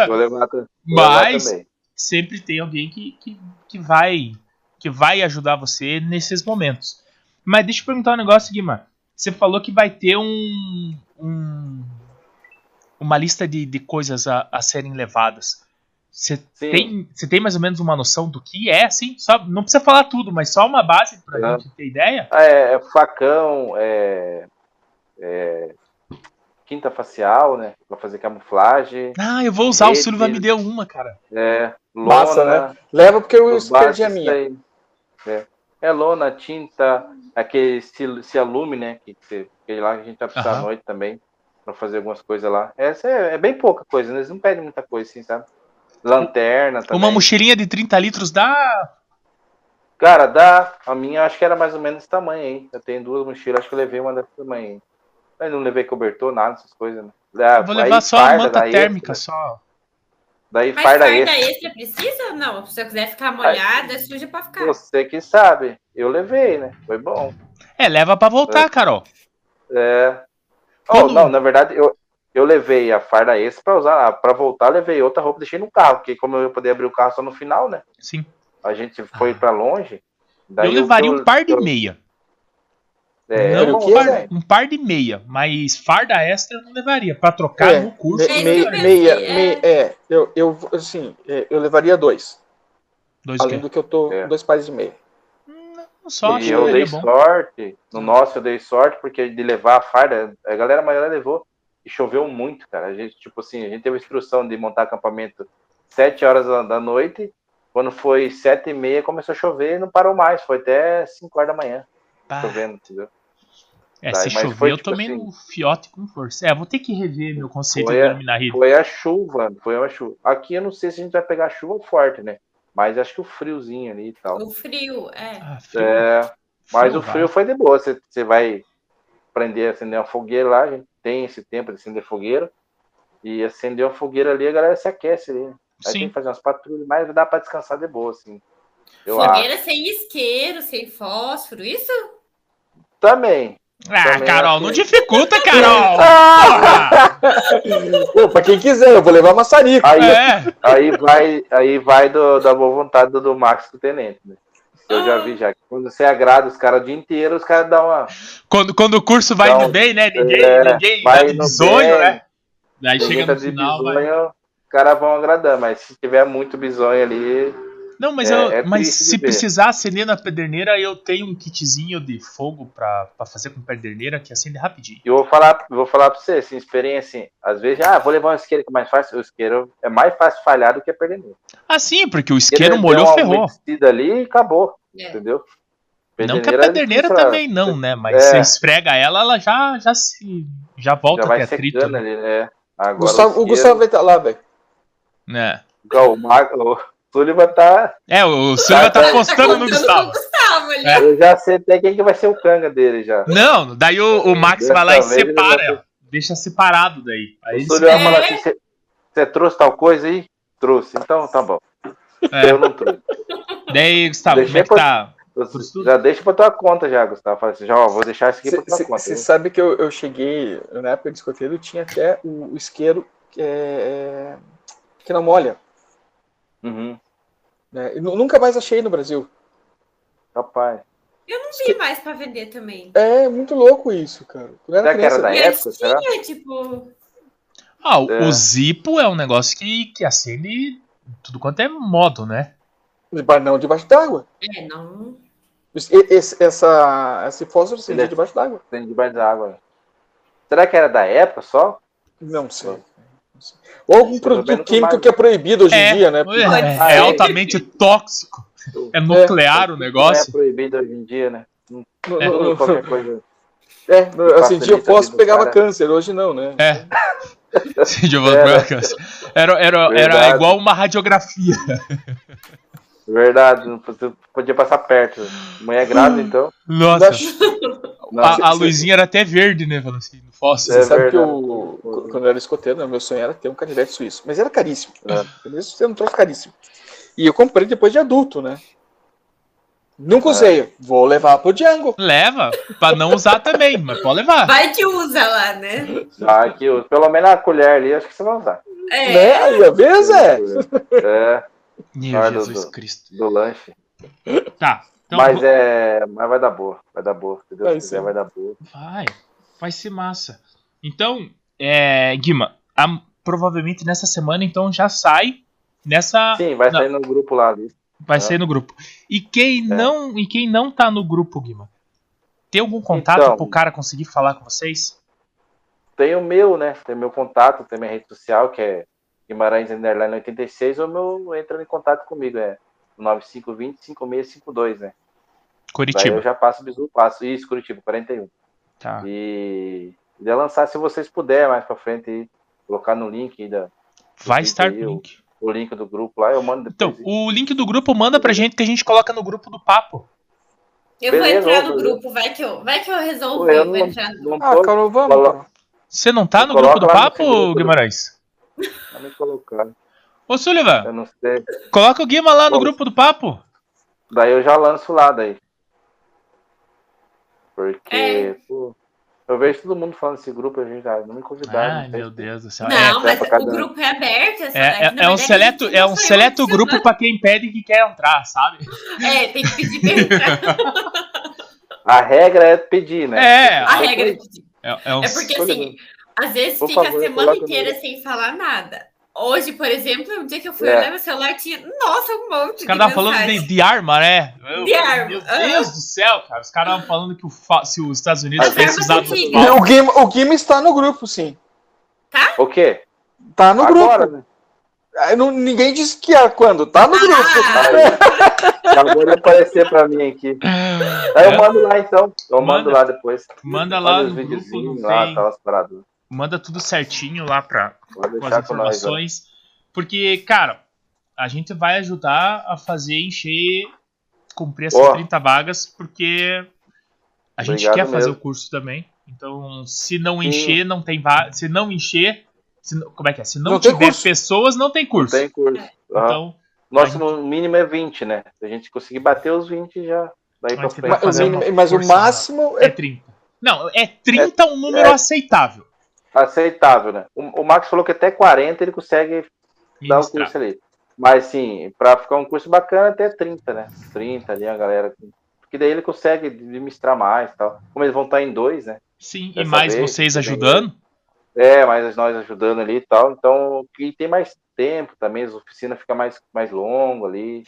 vou levar, vou levar Mas também. sempre tem alguém que, que, que vai que vai ajudar você nesses momentos. Mas deixa eu perguntar um negócio, Guima. Você falou que vai ter um, um- uma lista de, de coisas a, a serem levadas. Você Sim. tem, você tem mais ou menos uma noção do que é, assim? Só, não precisa falar tudo, mas só uma base pra Tá. gente ter ideia? Ah, é, é facão, é, é, Quinta facial, né? Pra fazer camuflagem. Ah, eu vou usar, o Meu Silva me Deus. deu uma, cara. É, lona, Massa, né? Leva porque eu os baixos, perdi a minha. isso aí. É. É lona, tinta, aquele sil- cialume, né? Que, que, aquele lá que a gente vai precisar Aham. à noite também, pra fazer algumas coisas lá. Essa é, é bem pouca coisa, né? Eles não pedem muita coisa, assim, sabe? Lanterna também. Uma mochilinha de 30 litros dá. Cara, dá. A minha acho que era mais ou menos esse tamanho aí. Eu tenho duas mochilas, acho que eu levei uma desse tamanho aí. Mas não levei cobertor, nada, essas coisas, né? Ah, Eu vou aí levar só a farda, manta daí térmica, extra, só. daí Mas farda farda extra. extra precisa ou não? Se eu quiser ficar molhada, é suja pra ficar. Você que sabe. Eu levei, né? Foi bom. É, leva pra voltar, Carol. É. Oh, Quando- não, na verdade, eu, eu levei a farda extra pra usar. ah, Pra voltar, eu levei outra roupa, deixei no carro, porque como eu ia poder abrir o carro só no final, né? Sim. A gente foi Ah. pra longe. Daí eu o que levaria um par de eu- meia. É, não, bom, um, par, né? um par de meia, mas farda extra eu não levaria. Pra trocar É, no curso. É Me, isso que eu meia, pensei, meia, é. meia- é. Eu, eu, assim, é, eu levaria dois. Dois Além que- do que eu tô, É. dois pares de meia. um só, acho E que eu daria dei bom. sorte. No nosso eu dei sorte, porque de levar a farda, a galera maior levou. E choveu muito, cara. A gente, tipo assim, a gente teve instrução de montar acampamento sete horas da, da noite. Quando foi sete e meia, começou a chover e não parou mais. Foi até cinco horas da manhã, Pá. chovendo, entendeu? É, Daí, se mas chover, foi, eu tipo tomei assim- no fiote com força. É, vou ter que rever meu conceito Foi de a- iluminar rede. Foi a chuva, foi uma chuva. Aqui eu não sei se a gente vai pegar chuva forte, né? Mas acho que o friozinho ali e tal. O frio, é. Ah, frio, É, mas frio o frio vai. foi de boa. Você, você vai prender, acender uma fogueira lá, a gente tem esse tempo de acender fogueira. E acender uma fogueira ali, a galera se aquece ali. né? Aí tem Sim, é que fazer umas patrulhas, mas dá pra descansar de boa, assim. Eu acho. Fogueira sem isqueiro, sem fósforo, isso? Também. Ah, também Carol, acho não que- Ah, dificulta, Carol! Porra! Pô, pra quem quiser, eu vou levar maçarico. Aí, É, aí vai, aí vai do- da boa vontade do, do Max do Tenente, né? Eu Ah. já vi já. que Quando você agrada os caras o dia inteiro, os caras dão uma. quando, quando o curso vai Então, indo bem, né? Ninguém, é, ninguém vai dá no bisonho, bem, né? Daí Ninguém chega tá no de final, vai. bisonho, caras vão agradar, mas se tiver muito bizonho ali, Não, mas, É- eu- é mas triste de se ver. precisar acender na pederneira, eu tenho um kitzinho de fogo pra, pra fazer com pederneira que acende rapidinho. eu vou falar, vou falar pra você, assim, experiência, assim, às vezes, ah, vou levar um isqueiro que é mais fácil, o isqueiro é mais fácil falhar do que perder nele. Ah, sim, porque o Ele isqueiro deu molhou, uma ferrou. umedecida ali e acabou, É. entendeu? Não que a é pederneira difícil, ela- também não, né? Mas É. você esfrega ela, ela já, já se. Já volta Já até vai atrito. secando Né? ali, né? Agora Gustavo- o Gustavo vai estar lá, velho. Né? O, Mago, o Sullivan tá... É, o Silva tá tá apostando no contando com o Gustavo. Gustavo ali. É. Eu já sei até quem que vai ser o canga dele já. Não, daí o, o Max vai lá e Dessa vez ele separa vai- ela. Deixa separado daí. Aí O ele Sullivan se- vai falar assim, "Você- você trouxe tal coisa aí? Trouxe, então tá bom. É. Eu não trouxe. Daí, Gustavo, como é que Deixa tá? Eu- Por isso tudo? já deixa pra tua conta já, Gustavo. Fala assim, já, ó, vou deixar isso aqui pra tua conta. Você hein? sabe que eu, eu cheguei, na época de escoteiro, tinha até o, o isqueiro que, é- é- que não molha. Uhum, né? E nu- nunca mais achei no Brasil. capaz. Eu É. não vi mais pra vender também. É muito louco isso, cara. Quando eu era Será que era criança, da E época? antes Será? tinha, tipo, Ah, o, É. o Zipo é um negócio que, que acende tudo quanto é modo, né? deba- não, debaixo d'água. é, não. Esse, esse, essa, esse fósforo Ele acendia é- debaixo d'água. Tem debaixo da água. né? Será que era da época só? Não sei. Não sei. Ou algum Você também produto não químico tomava. que é proibido hoje É. em dia, né? É, é ser. altamente tóxico. É nuclear o Não é negócio. proibido hoje em dia, né? No- É. no- Tudo, no- qualquer coisa. É, no- Facilita acendia a vida do fósforo pegava tá cara. câncer, hoje não, né? É. Sim, Giovanni Era. Brancas. Era, era, era Verdade. igual uma radiografia. Verdade, não podia- podia passar perto. Mulher grávida, então. Nossa, Nossa, você- a, a você- luzinha era até verde, né? Falando assim, no Você fósforo. É sabe que verdade. eu, qu- quando eu era escoteiro, né, meu sonho era ter um canivete suíço. Mas era caríssimo. É. Canivete suíço era um troço caríssimo. E eu comprei depois de adulto, né? É. Nunca usei. Vou levar pro Django. Leva, pra não usar também, mas pode levar. Vai que usa lá, né? Ah, aqui, ó, pelo menos a colher ali, acho que você vai usar. É. Né? Aí, a vez é. É, Meu Vai, Jesus Dudu. Cristo. do lanche. Tá, então mas vou- é. Mas vai dar boa. Vai dar boa. Se Deus Vai quiser, sim. vai dar boa. vai, vai ser massa. Então, é, Guima, a- provavelmente nessa semana, então já sai nessa Sim, vai Não. sair no grupo lá ali. Vai Tá. sair no grupo. E É. quem não e quem não tá no grupo, Guima? Tem algum contato Então. pro cara conseguir falar com vocês? Tem o meu, né? Tem meu contato, tem minha rede social, que é Guimarães Underline 86, ou meu entra em contato comigo, é 9520-5652, né? Daí eu Curitiba. já passo o bisu, passo. Isso, Curitiba, 41. Tá. E e daí lançar se vocês puderem mais pra frente aí, colocar no link aí da, Vai eu estar com vi o o- link. o link do grupo lá, eu mando Então, depois. o link do grupo manda pra gente que a gente coloca no grupo do papo. Eu vou Beleza, entrar no vamos grupo, vai que eu, vai que eu resolvo, Pô, eu eu não- vou entrar no grupo. Não Ah, tô Carol, vamos. Coloca- Carol. Você não tá Eu no grupo coloco do lá no papo, grupo do- Guimarães? pra me colocar, Ô, Sullivan, eu não sei. coloca o Guima lá no Bom. grupo do papo. Daí eu já lanço lá daí. Porque, É. pô, eu vejo todo mundo falando desse grupo, a gente ah, não me convidaram. Ai, não sei meu Deus do céu. É, Não, vai mas pra cada o um. grupo é aberto. essa é, live, é- na é um verdade, seleto, a gente é não um foi seleto muito grupo pra quem pede que quer entrar, sabe? chamado. É, tem que pedir pra entrar. A regra é pedir, né? É, A regra de é, é um- É porque assim, às vezes Por fica favor, a semana coloca no inteira sem falar nada. Hoje, por exemplo, um dia que eu fui É. olhar meu celular, tinha, nossa, Os um monte caras de estavam falando mensagem. de, de arma, né? Eu- De arma, ah. Meu aham. Deus do céu, cara. Os caras estavam falando que o fa- se os Estados Unidos As tivesse armas usado antigas. no O Guima, o Guima está no grupo, sim. O quê? Tá no Agora, grupo. né? Ah, não- ninguém disse que era quando. Tá no ah, grupo. Acabou de aparecer pra mim aqui. Aí eu É. mando lá então. Eu Manda. mando lá depois. Manda lá os no grupo, videozinhos não lá, tem- tá, as paradas. Manda tudo certinho lá pra, Pode com as deixar com nós. né? ó. informações. Porque, cara, a gente vai ajudar a fazer encher, cumprir essas Ó. 30 vagas, porque a gente Obrigado quer fazer o mesmo. curso também. Então, se não Sim. encher, não tem vaga. Se não encher, se não- como é que é? Se não, Não tem tiver curso. pessoas, não tem curso. Tem ah. curso. Aham. Então, Nosso mínimo é 20, né? Se a gente conseguir bater os 20 já. Mas Daí pra você frente. é tem que Mas, fazer o uma mínimo- mas o força, né? máximo é é. 30. Não, é 30 um número é. aceitável. Aceitável, né? O, o Max falou que até 40 ele consegue dar o Ministrar. um curso ali. Mas sim, pra ficar um curso bacana até 30, né? 30 ali a galera. Porque daí ele consegue administrar mais e tal. Como eles vão estar em dois, né? Sim, e Dessa mais vez, vocês tudo bem. ajudando. É, mas nós ajudando ali e tal. Então, e tem mais tempo também, as oficinas ficam mais, mais longo ali.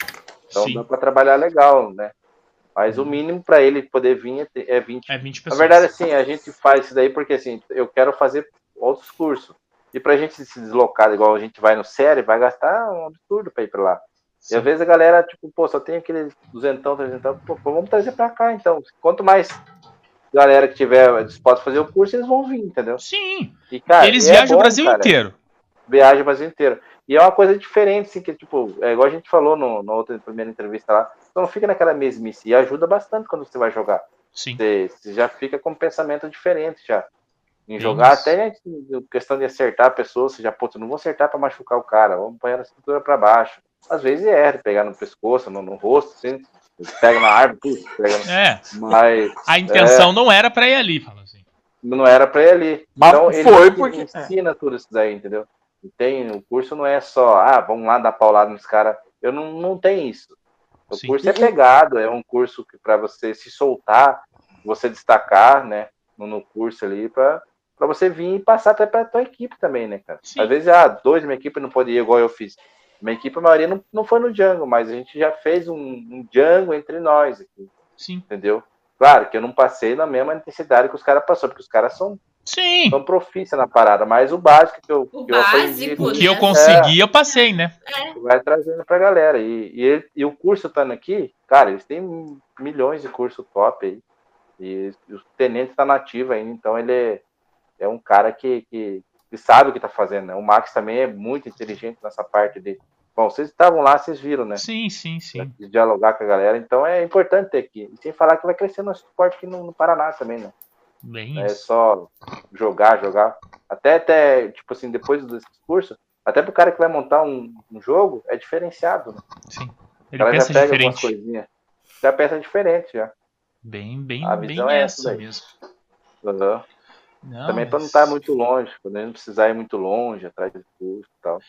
Então Sim. dá para trabalhar legal, né? Mas o mínimo para ele poder vir é te- é 20 É 20 Na pessoas. verdade, assim, a gente faz isso daí porque, assim, eu quero fazer outros cursos. E pra gente se deslocar, igual a gente vai no série, vai gastar um absurdo pra ir pra lá. E Sim. às vezes a galera, tipo, pô, só tem aquele duzentão, trezentão, pô, pô, vamos trazer pra cá, então. Quanto mais galera que tiver disposta a fazer o curso, eles vão vir, entendeu? Sim, E, cara, eles e é viajam o bom, Brasil cara inteiro. viaja o Brasil inteiro. E é uma coisa diferente, assim, que, tipo, é igual a gente falou no, na outra primeira entrevista lá, então não fica naquela mesmice, e ajuda bastante quando você vai jogar. Sim. Você, você já fica com um pensamento diferente já. Em Tem jogar, isso. até em questão de acertar a pessoa, você já, putz, não vou acertar pra machucar o cara, vamos pôr a estrutura pra baixo. Às vezes erra, pegar no pescoço, no, no rosto, assim, pega na árvore, putz, pega no... É, Mas a intenção É. não era pra ir ali, fala assim. não era pra ir ali. Mas então, foi ele porque- ensina tudo isso daí, entendeu? E tem, o curso não é só, ah, vamos lá dar paulada nos caras. Eu não, não tem isso. O Sim. curso é pegado, é um curso que para você se soltar, você destacar, né, no, no curso ali para para você vir e passar até para tua equipe também, né, cara? Sim. Às vezes, ah, dois da minha equipe não pode ir igual eu fiz. Minha equipe, a maioria, não, não foi no Django, mas a gente já fez um, um Django entre nós aqui Sim. entendeu? Claro que eu não passei na mesma intensidade que os caras passaram, porque os caras são, Sim. são profissa na parada, mas o básico que eu, O que eu aprendi, básico, O que eu É. consegui, eu passei, né? tu vai trazendo pra galera. E, e, ele- e o curso estando aqui, cara, eles têm milhões de curso top aí. E, o tenente tá nativo ainda, então ele é, é um cara que, que, que sabe o que tá fazendo, né? O Max também é muito inteligente nessa parte de. Bom, vocês estavam lá, vocês viram, né? Sim, sim, sim. de dialogar com a galera. Então é importante ter aqui. E sem falar que vai crescer nosso esporte aqui no, no Paraná também, né? Bem Não É isso. só jogar, jogar. Até, até tipo assim, depois desse curso, até pro cara que vai montar um, um jogo, é diferenciado. Né? Sim. O Ele cara já pensa pega algumas diferente. coisinhas. Já pensa diferente, já. Bem, bem, A bem visão é essa essa daí. mesmo. Uhum. Não, também pra Ah, mas- não tá estar muito longe, pra não precisar ir muito longe, atrás do curso e tal.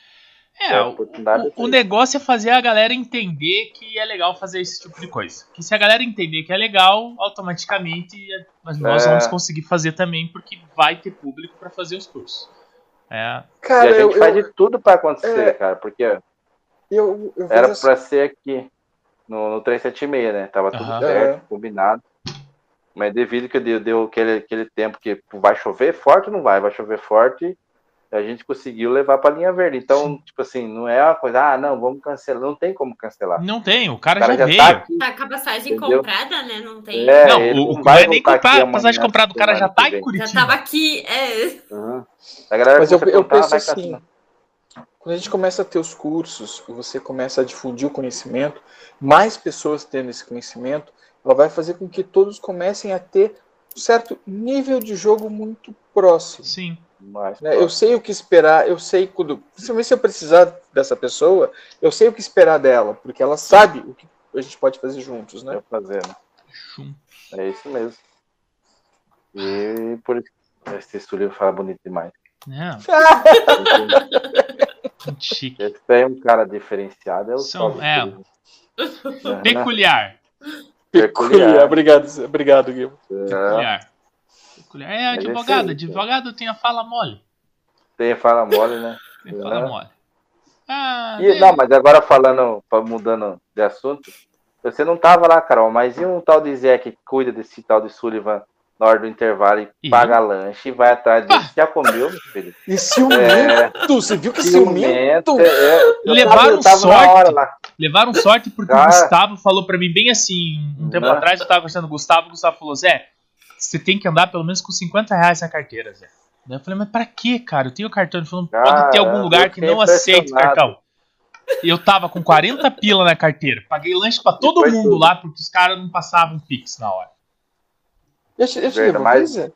É, a o, oportunidade o- o é- negócio é fazer a galera entender que é legal fazer esse tipo de coisa. Que se a galera entender que é legal, automaticamente é- mas nós É. vamos conseguir fazer também, porque vai ter público pra fazer os cursos. É, Cara, e a eu, gente faz eu, de tudo pra acontecer, É. cara, porque ó, eu, eu Era vejo pra ser aqui no, no 376, né? Tava tudo Aham. certo, É. combinado. Mas devido que deu, deu aquele, aquele tempo que pô, vai chover forte ou não vai? Vai chover forte, a gente conseguiu levar pra linha verde. Então, tipo assim, não é uma coisa, ah, não, vamos cancelar. Não tem como cancelar. não tem, o O cara, cara já, já, veio. tá aqui. Tá com a passagem Entendeu? comprada, né? Não tem. É, não, ele o, o não cara vai nem voltar aqui comprar, a amanhã, passagem comprada, o cara já semana tá que em vem. Curitiba. Já tava aqui. É. Uhum. A galera Mas eu, começa a eu contar, penso vai assim, caçando. quando a gente começa a ter os cursos, você começa a difundir o conhecimento, mais pessoas tendo esse conhecimento, ela vai fazer com que todos comecem a ter um certo nível de jogo muito próximo. Sim, Mas, né? Eu sei o que esperar, eu sei quando. Principalmente se eu precisar dessa pessoa, eu sei o que esperar dela, porque ela sabe o que a gente pode fazer juntos, né? eu fazer, né? Chum. É isso mesmo. E por isso. Esse estúdio fala bonito demais. Não, Ah, muito chique. Esse é um cara diferenciado, é o São- Saulo é. Silva. Né? Peculiar. Peculiar. Obrigado, Zé. obrigado, Guilherme. É, Peculiar. Peculiar. É Mas é advogado, feio, advogado tem a fala mole. Tem fala mole, né? Tem a fala É. mole. Ah, E, não, mas agora falando, pra- mudando de assunto, você não tava lá, Carol, mas e um tal de Zé que cuida desse tal de Sullivan na hora do intervalo e Ih. Ah. paga lanche e vai atrás dele? Já comeu, meu filho? É, E ciumento, você viu que ciumento? Ciumento, é, eu tava, Levaram eu tava sorte. na hora lá. Levaram sorte porque o Ah. Gustavo falou pra mim bem assim, um tempo Né? atrás eu tava conversando com o Gustavo, o Gustavo falou, Zé, você tem que andar pelo menos com 50 reais na carteira, Zé. Daí eu falei, mas pra quê, cara? Eu tenho cartão. Ele falou, pode ter algum Caramba, lugar eu que fiquei não aceite impressionado. cartão. E eu tava com 40 pila na carteira. Paguei lanche pra todo foi mundo tudo. lá, porque os caras não passavam pix na hora. Eu te, eu te Verdade, levantei, mas- Zé?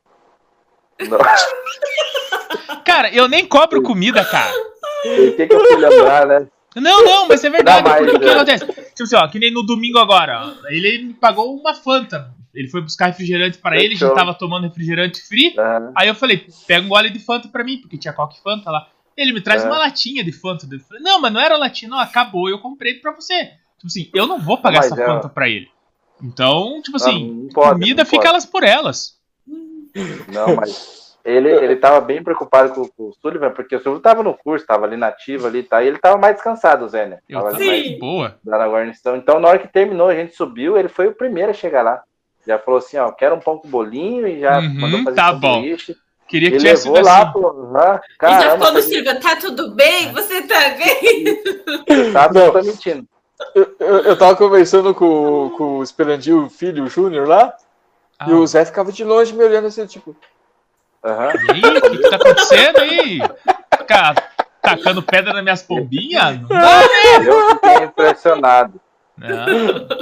Não, Cara, eu nem cobro comida, cara. Por que que eu fui lembrar, né? Não, não, mas é verdade. Dá mais, porque o que né? acontece? Tipo assim, ó, que nem no domingo agora. ó, Ele me pagou uma Fanta. Ele foi buscar refrigerante pra ele, já Fechou. tava tomando refrigerante free. Aham. Aí eu falei, pega um gole de Fanta pra mim, porque tinha Coca e Fanta lá. Ele me traz É. uma latinha de Fanta. Eu falei, não, mas não era latinha, não, acabou, eu comprei pra você. Tipo assim, eu não vou pagar Mas essa é. Tá Fanta pra ele. Então, tipo assim, não pode, comida não fica pode. elas por elas. Não, mas Ele, ele tava bem preocupado com, com o Sullivan, porque o Sullivan tava no curso, tava ali nativo ali, tá? E ele tava mais descansado, o Zé, né? Eu Tava tava ali Sim. mais de boa. lá na guarnição. Então, na hora que terminou, a gente subiu, ele foi o primeiro a chegar lá. Já falou assim, ó, quero um pão com bolinho e já Uhum, mandou fazer tá sanduíche. Queria que E tivesse levou sido lá, assim. pô, lá. e já Caramba, falou no você Silvio, tá tudo bem? Você tá bem? sabe que Não. eu tô mentindo. Eu, eu, eu tava conversando com, com o Esperandinho, o filho, o Júnior lá, Ah, e o Zé ficava de longe me olhando assim, tipo, Aham. e aí, o que, que tá acontecendo aí? Ficar tacando pedra nas minhas pombinhas? Não dá, Eu fiquei impressionado. né?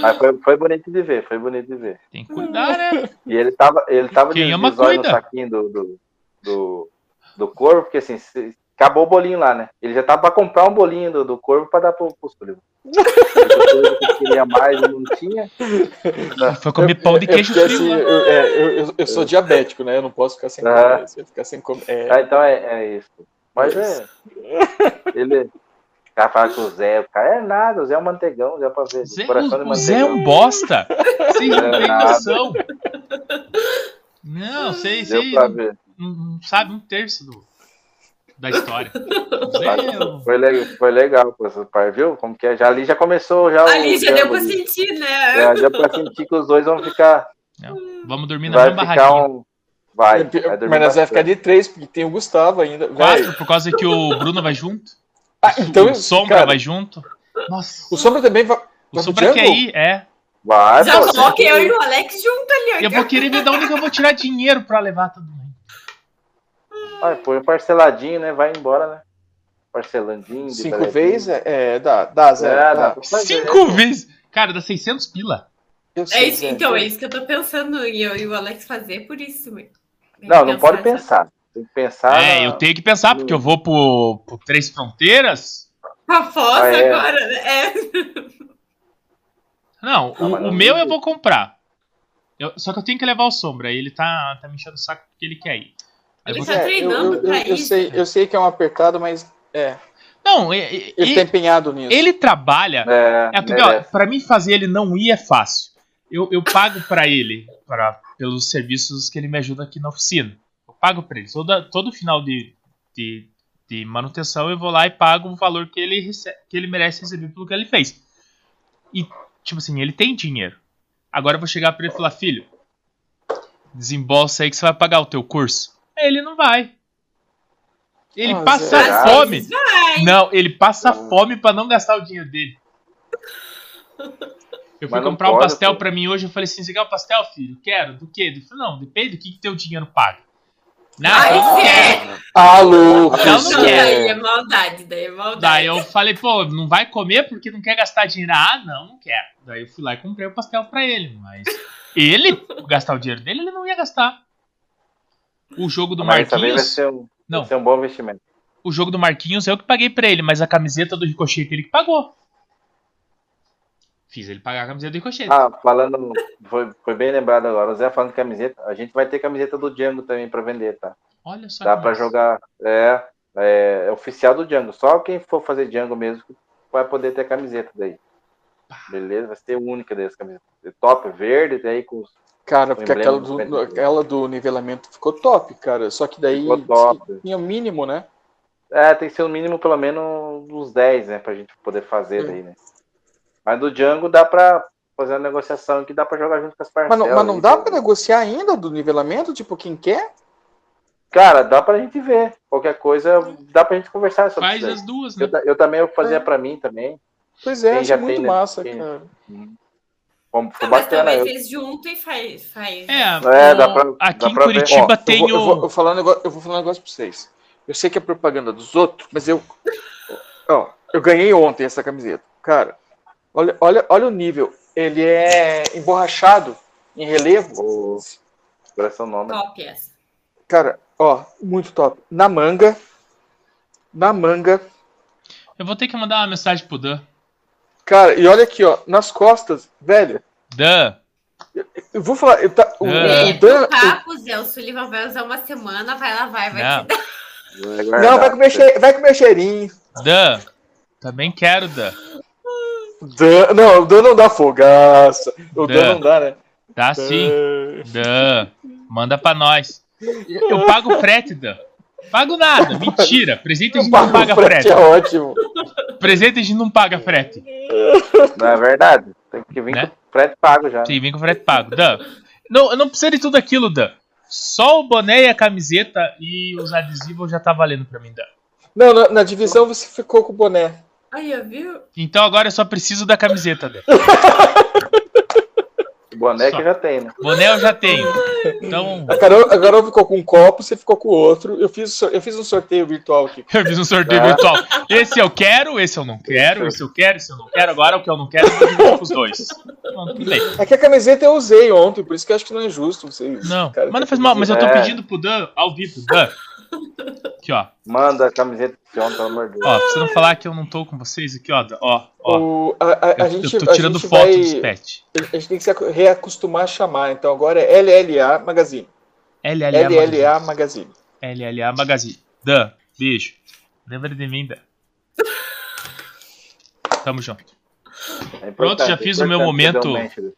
Mas foi, foi bonito de ver, foi bonito de ver. Tem que cuidar, né? E ele tava, ele tava Quem de, ama, de zóio no cuida. saquinho do, do, do, do corvo, porque assim, se- acabou o bolinho lá, né? Ele já tava pra comprar um bolinho do, do corvo pra dar pro, pro Sullivan. Ele queria mais e não tinha. Foi comer pão de É queijo porque, assim, frio. né? eu, é, eu, eu- eu sou diabético, né? Eu não posso ficar sem Ah. comer. Se eu ficar sem comer. é, Ah, então é, é isso. Mas é. Ele. O cara fala que o Zé, o cara é nada, o Zé é um manteigão, o Zé é pra ver. Zé- coração de o, o Zé é manteigão. um bosta. Vocês não É têm nada. noção. Não, vocês Deu vocês pra ver. não, não sabem um terço do- da história. O Zé é um- Foi, le- foi legal com essa parte, viu? Como que é? Já, ali já começou. Já Ali o já deu pra triângulo. sentir, né? Já deu pra sentir que os dois vão ficar. Vamos dormir na Vai mesma ficar barraquinha. um. Vai, vai dormir é, mas nós vai bastante. ficar de três, porque tem o Gustavo ainda. um velho. Quatro, por causa que o Bruno vai junto. Ah, então, o Sombra cara, vai junto. Nossa, O Sombra também vai. o vai pro Sombra quer Jungle? ir, é. Vai, Já Ah, pô, coloquei eu e o Alex junto ali. ó. então. Eu vou querer ver de onde que eu vou tirar dinheiro pra levar todo mundo. vai, põe um parceladinho, né? Vai embora, né? Parcelandinho. de Cinco belezinha. vezes? É, é, dá, dá, Zé. É, dá. dá pra fazer. Cinco vezes! Cara, dá 600 pila. Eu É sei, isso, Zé. então, é isso que eu tô pensando em eu e o Alex fazer por isso. meu. Tem Não, que não pode nessa- pensar. Tem que pensar. é, na- eu tenho que pensar, porque eu vou pro, pro Três Fronteiras. Pra fossa Ah, é. agora, né? É. Não, Ah, mas o, o não meu eu tem. vou comprar. Eu- só que eu tenho que levar o Sombra, e ele tá, tá me enchendo o saco porque ele quer ir. Aí eu Ele vou- tá É, eu- treinando eu, pra eu- eu isso. sei, eu sei que é um apertado, mas é, Não, e- e- e- ele ele, tá empenhado nisso. trabalha. É, É, porque, ó, merece. pra mim fazer ele não ir é fácil. Eu, eu pago pra ele pra, pelos serviços que ele me ajuda aqui na oficina. Eu pago pra ele. Toda, todo final de, de, de manutenção eu vou lá e pago o valor que ele, recebe, que ele merece receber pelo que ele fez. E, tipo assim, ele tem dinheiro. Agora eu vou chegar pra ele e falar, filho, desembolsa aí que você vai pagar o teu curso. Aí ele não vai. Ele Ah, passa Às será? fome. vezes vai. Não, ele passa Hum. fome pra não gastar o dinheiro dele. Eu fui Mas não comprar um pode, pastel pô. pra mim hoje, eu falei assim, você quer um pastel, filho? Quero. Do quê? Ele falou, não, depende do que, que teu dinheiro paga. Não, Ai, não Zé. quero. Não, Alô, não Não, quer. daí é maldade, daí é maldade. Daí eu falei, pô, não vai comer porque não quer gastar dinheiro. Ah, não, não quero. Daí eu fui lá e comprei o pastel pra ele, mas ele, gastar o dinheiro dele, ele não ia gastar. O jogo do Mas essa vez vai Marquinhos, ser um, Não. vai ser um bom investimento. o jogo do Marquinhos eu que paguei pra ele, mas a camiseta do Ricochete ele que pagou. Fiz ele pagar a camiseta do Ricochete. Ah, falando, foi, foi bem lembrado agora. O Zé falando de camiseta, a gente vai ter camiseta do Django também pra vender, tá? Olha só. Dá que pra massa. jogar. É, é, é oficial do Django. Só quem for fazer Django mesmo vai poder ter camiseta daí. Beleza? Vai ser única dessa camiseta. É Top verde, daí com os Cara, porque Emblema aquela do do, Pedro. aquela do nivelamento ficou top, cara. Só que daí ficou top. tinha o mínimo, né? É, tem que ser no mínimo pelo menos uns 10, né? Pra gente poder fazer Hum. daí, né? Mas do Django dá pra fazer uma negociação que dá pra jogar junto com as Mas parcelas. não, mas não aí, dá tá? pra negociar ainda do nivelamento? Tipo, quem quer? Cara, dá pra gente ver. Qualquer coisa, dá pra gente conversar sobre Faz isso. aí. as duas, né? Eu, ta- eu também eu fazia pra mim também. Pois é, Quem acho já muito tem, né? massa, Quem- cara. Bom, Foi Ah, mas bacana. também Eu, fez junto e faz. faz. É, É, o- dá pra- aqui dá em pra ver. Curitiba Ó, tem eu, vou, eu, vou, eu o. vou falar um negócio, eu vou falar um negócio pra vocês. Eu sei que é propaganda dos outros, mas eu. Ó, eu ganhei ontem essa camiseta. Cara, olha, olha, olha o nível. Ele é emborrachado em relevo. O- agora é seu nome. Top essa. Cara, ó, muito top. Na manga. Na manga. Eu vou ter que mandar uma mensagem pro Dan. Cara, e olha aqui, ó, nas costas, velho. Dan, Eu vou falar, eu tá, o, É. Então, o Dan. o- Papo, Zé, é, o Sullivan vai usar uma semana, vai lavar, e vai Não. te dar. Vai não, guardar. vai comer, che, vai comer cheirinho. Dan. Também quero, Dan. Dan, não, o Dan não dá folgaça. O Dan, Dan. não dá, né? Dá sim. Dan, manda pra nós. Eu pago frete, Dan. Pago nada, mentira. Presente a gente não Pago paga frete frete. é ótimo. Presente a gente não paga frete. Não é verdade. Tem que vir Né? com o frete pago já. Sim, vem com frete pago. Dan, não, não precisa de tudo aquilo, Dan. Só o boné e a camiseta e os adesivos já tá valendo pra mim, Dan. Não, na, na divisão você ficou com o boné. Aí, ó, viu? Então agora eu só preciso da camiseta, Dan. O boné Só. que já tem, né? Boné eu já tenho. Então, A Carol, a Carol ficou com um copo, você ficou com o outro. Eu fiz, so- eu fiz um sorteio virtual aqui. eu fiz um sorteio Ah. virtual. Esse eu quero, esse eu não quero, esse eu quero, esse eu não quero. Agora o que eu não quero, eu vou dividir com os dois. Não, tudo bem. É que a camiseta eu usei ontem, por isso que eu acho que não é justo vocês. Não, cara, mas não faz mal, mas eu tô É. pedindo pro Dan ao vivo, Dan. Aqui, ó. Manda a camiseta do Fion, pelo amor de Deus. Ó, pra você não falar que eu não tô com vocês aqui, ó. Dan, Ó, ó. O- a, a- a Eu, gente, eu tô tirando a gente foto vai- dos pets. A gente tem que se ac- reacostumar a chamar. Então agora é LLA Magazine. LLA, LLA Magazine. Magazine. LLA Magazine. Dan, beijo. Lembra de mim, Dan. Tamo junto. É importante, Pronto, já fiz o meu importante que dê um momento. manche.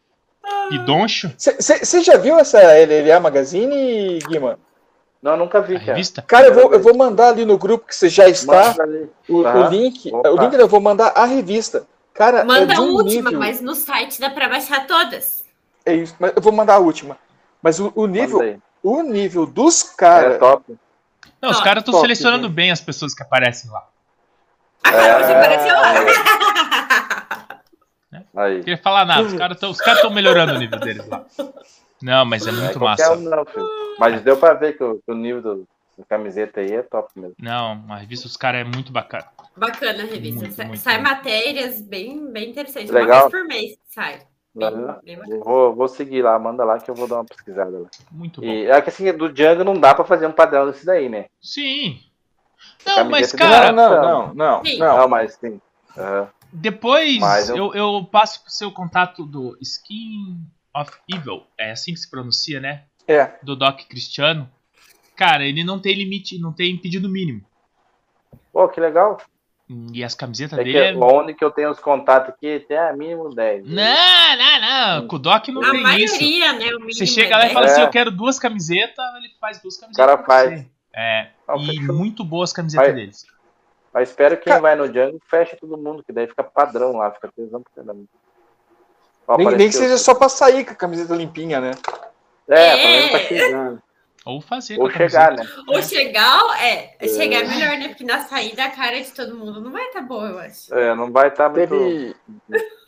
Pidoncho, Você já viu essa LLA Magazine, Guima? Não, nunca a vi, cara. revista. Cara, eu vou, eu vou mandar ali no grupo que você já está Manda ali. o, tá. o link. é, Opa. O link não, eu vou mandar a revista. Cara, é Manda de a um última, nível- mas no site dá pra baixar todas. É isso, mas eu vou mandar a última. Mas o, o nível, Manda aí. o nível dos É caras. top. Não, os Tá, Top, caras estão top, selecionando né? gente. bem as pessoas que aparecem lá. A Carol já É. apareceu lá. Aí. Não queria falar nada, os caras estão melhorando o nível deles lá. Não, mas é muito é massa. Um, não, filho. Mas deu pra ver que o, que o nível do, do camiseta aí é top mesmo. Não, a revista dos caras é muito bacana. Bacana a revista. Muito, Sa- muito, sai muito. matérias bem, bem interessantes. Legal. Uma vez por mês sai. Bem, Tá. Legal. bem bacana. Eu Vou, vou seguir lá, manda lá que eu vou dar uma pesquisada lá. Muito Tá bom. E, é que assim, do Django não dá pra fazer um padrão desse daí, né? Sim. Não, mas Camiseta do- cara, não, não, não, Sim. Não, não. mas tem. Aham. depois Mas eu, eu- eu passo pro seu contato do Skin of Evil. É assim que se pronuncia, né? tá É. Do Doc Cristiano. Cara, ele não tem limite, não tem pedido mínimo. Pô, que legal. E as camisetas É dele que é... onde que eu tenho os contatos aqui, tem a mínimo 10. Não, não, não. Com o Doc não A tem isso. maioria, né? O mínimo Você chega lá e fala Hum. É. assim, eu quero duas camisetas, ele faz duas camisetas. cara pra você. faz. É, Ah, e fechou. muito boas camisetas Vai. deles. Mas espero que Ca- quem vai no Django feche todo mundo, que daí fica padrão lá, fica tesão pra caramba. Ó, Nem, nem que apareceu. seja só pra sair com a camiseta limpinha, né? É, pelo menos tá É. chegando. Ou fazer com Ou a chegar, camiseta. né? Ou chegar, é, chegar é melhor, né? Porque na saída a cara de todo mundo não vai estar boa, eu acho. É, não vai estar muito. Teve,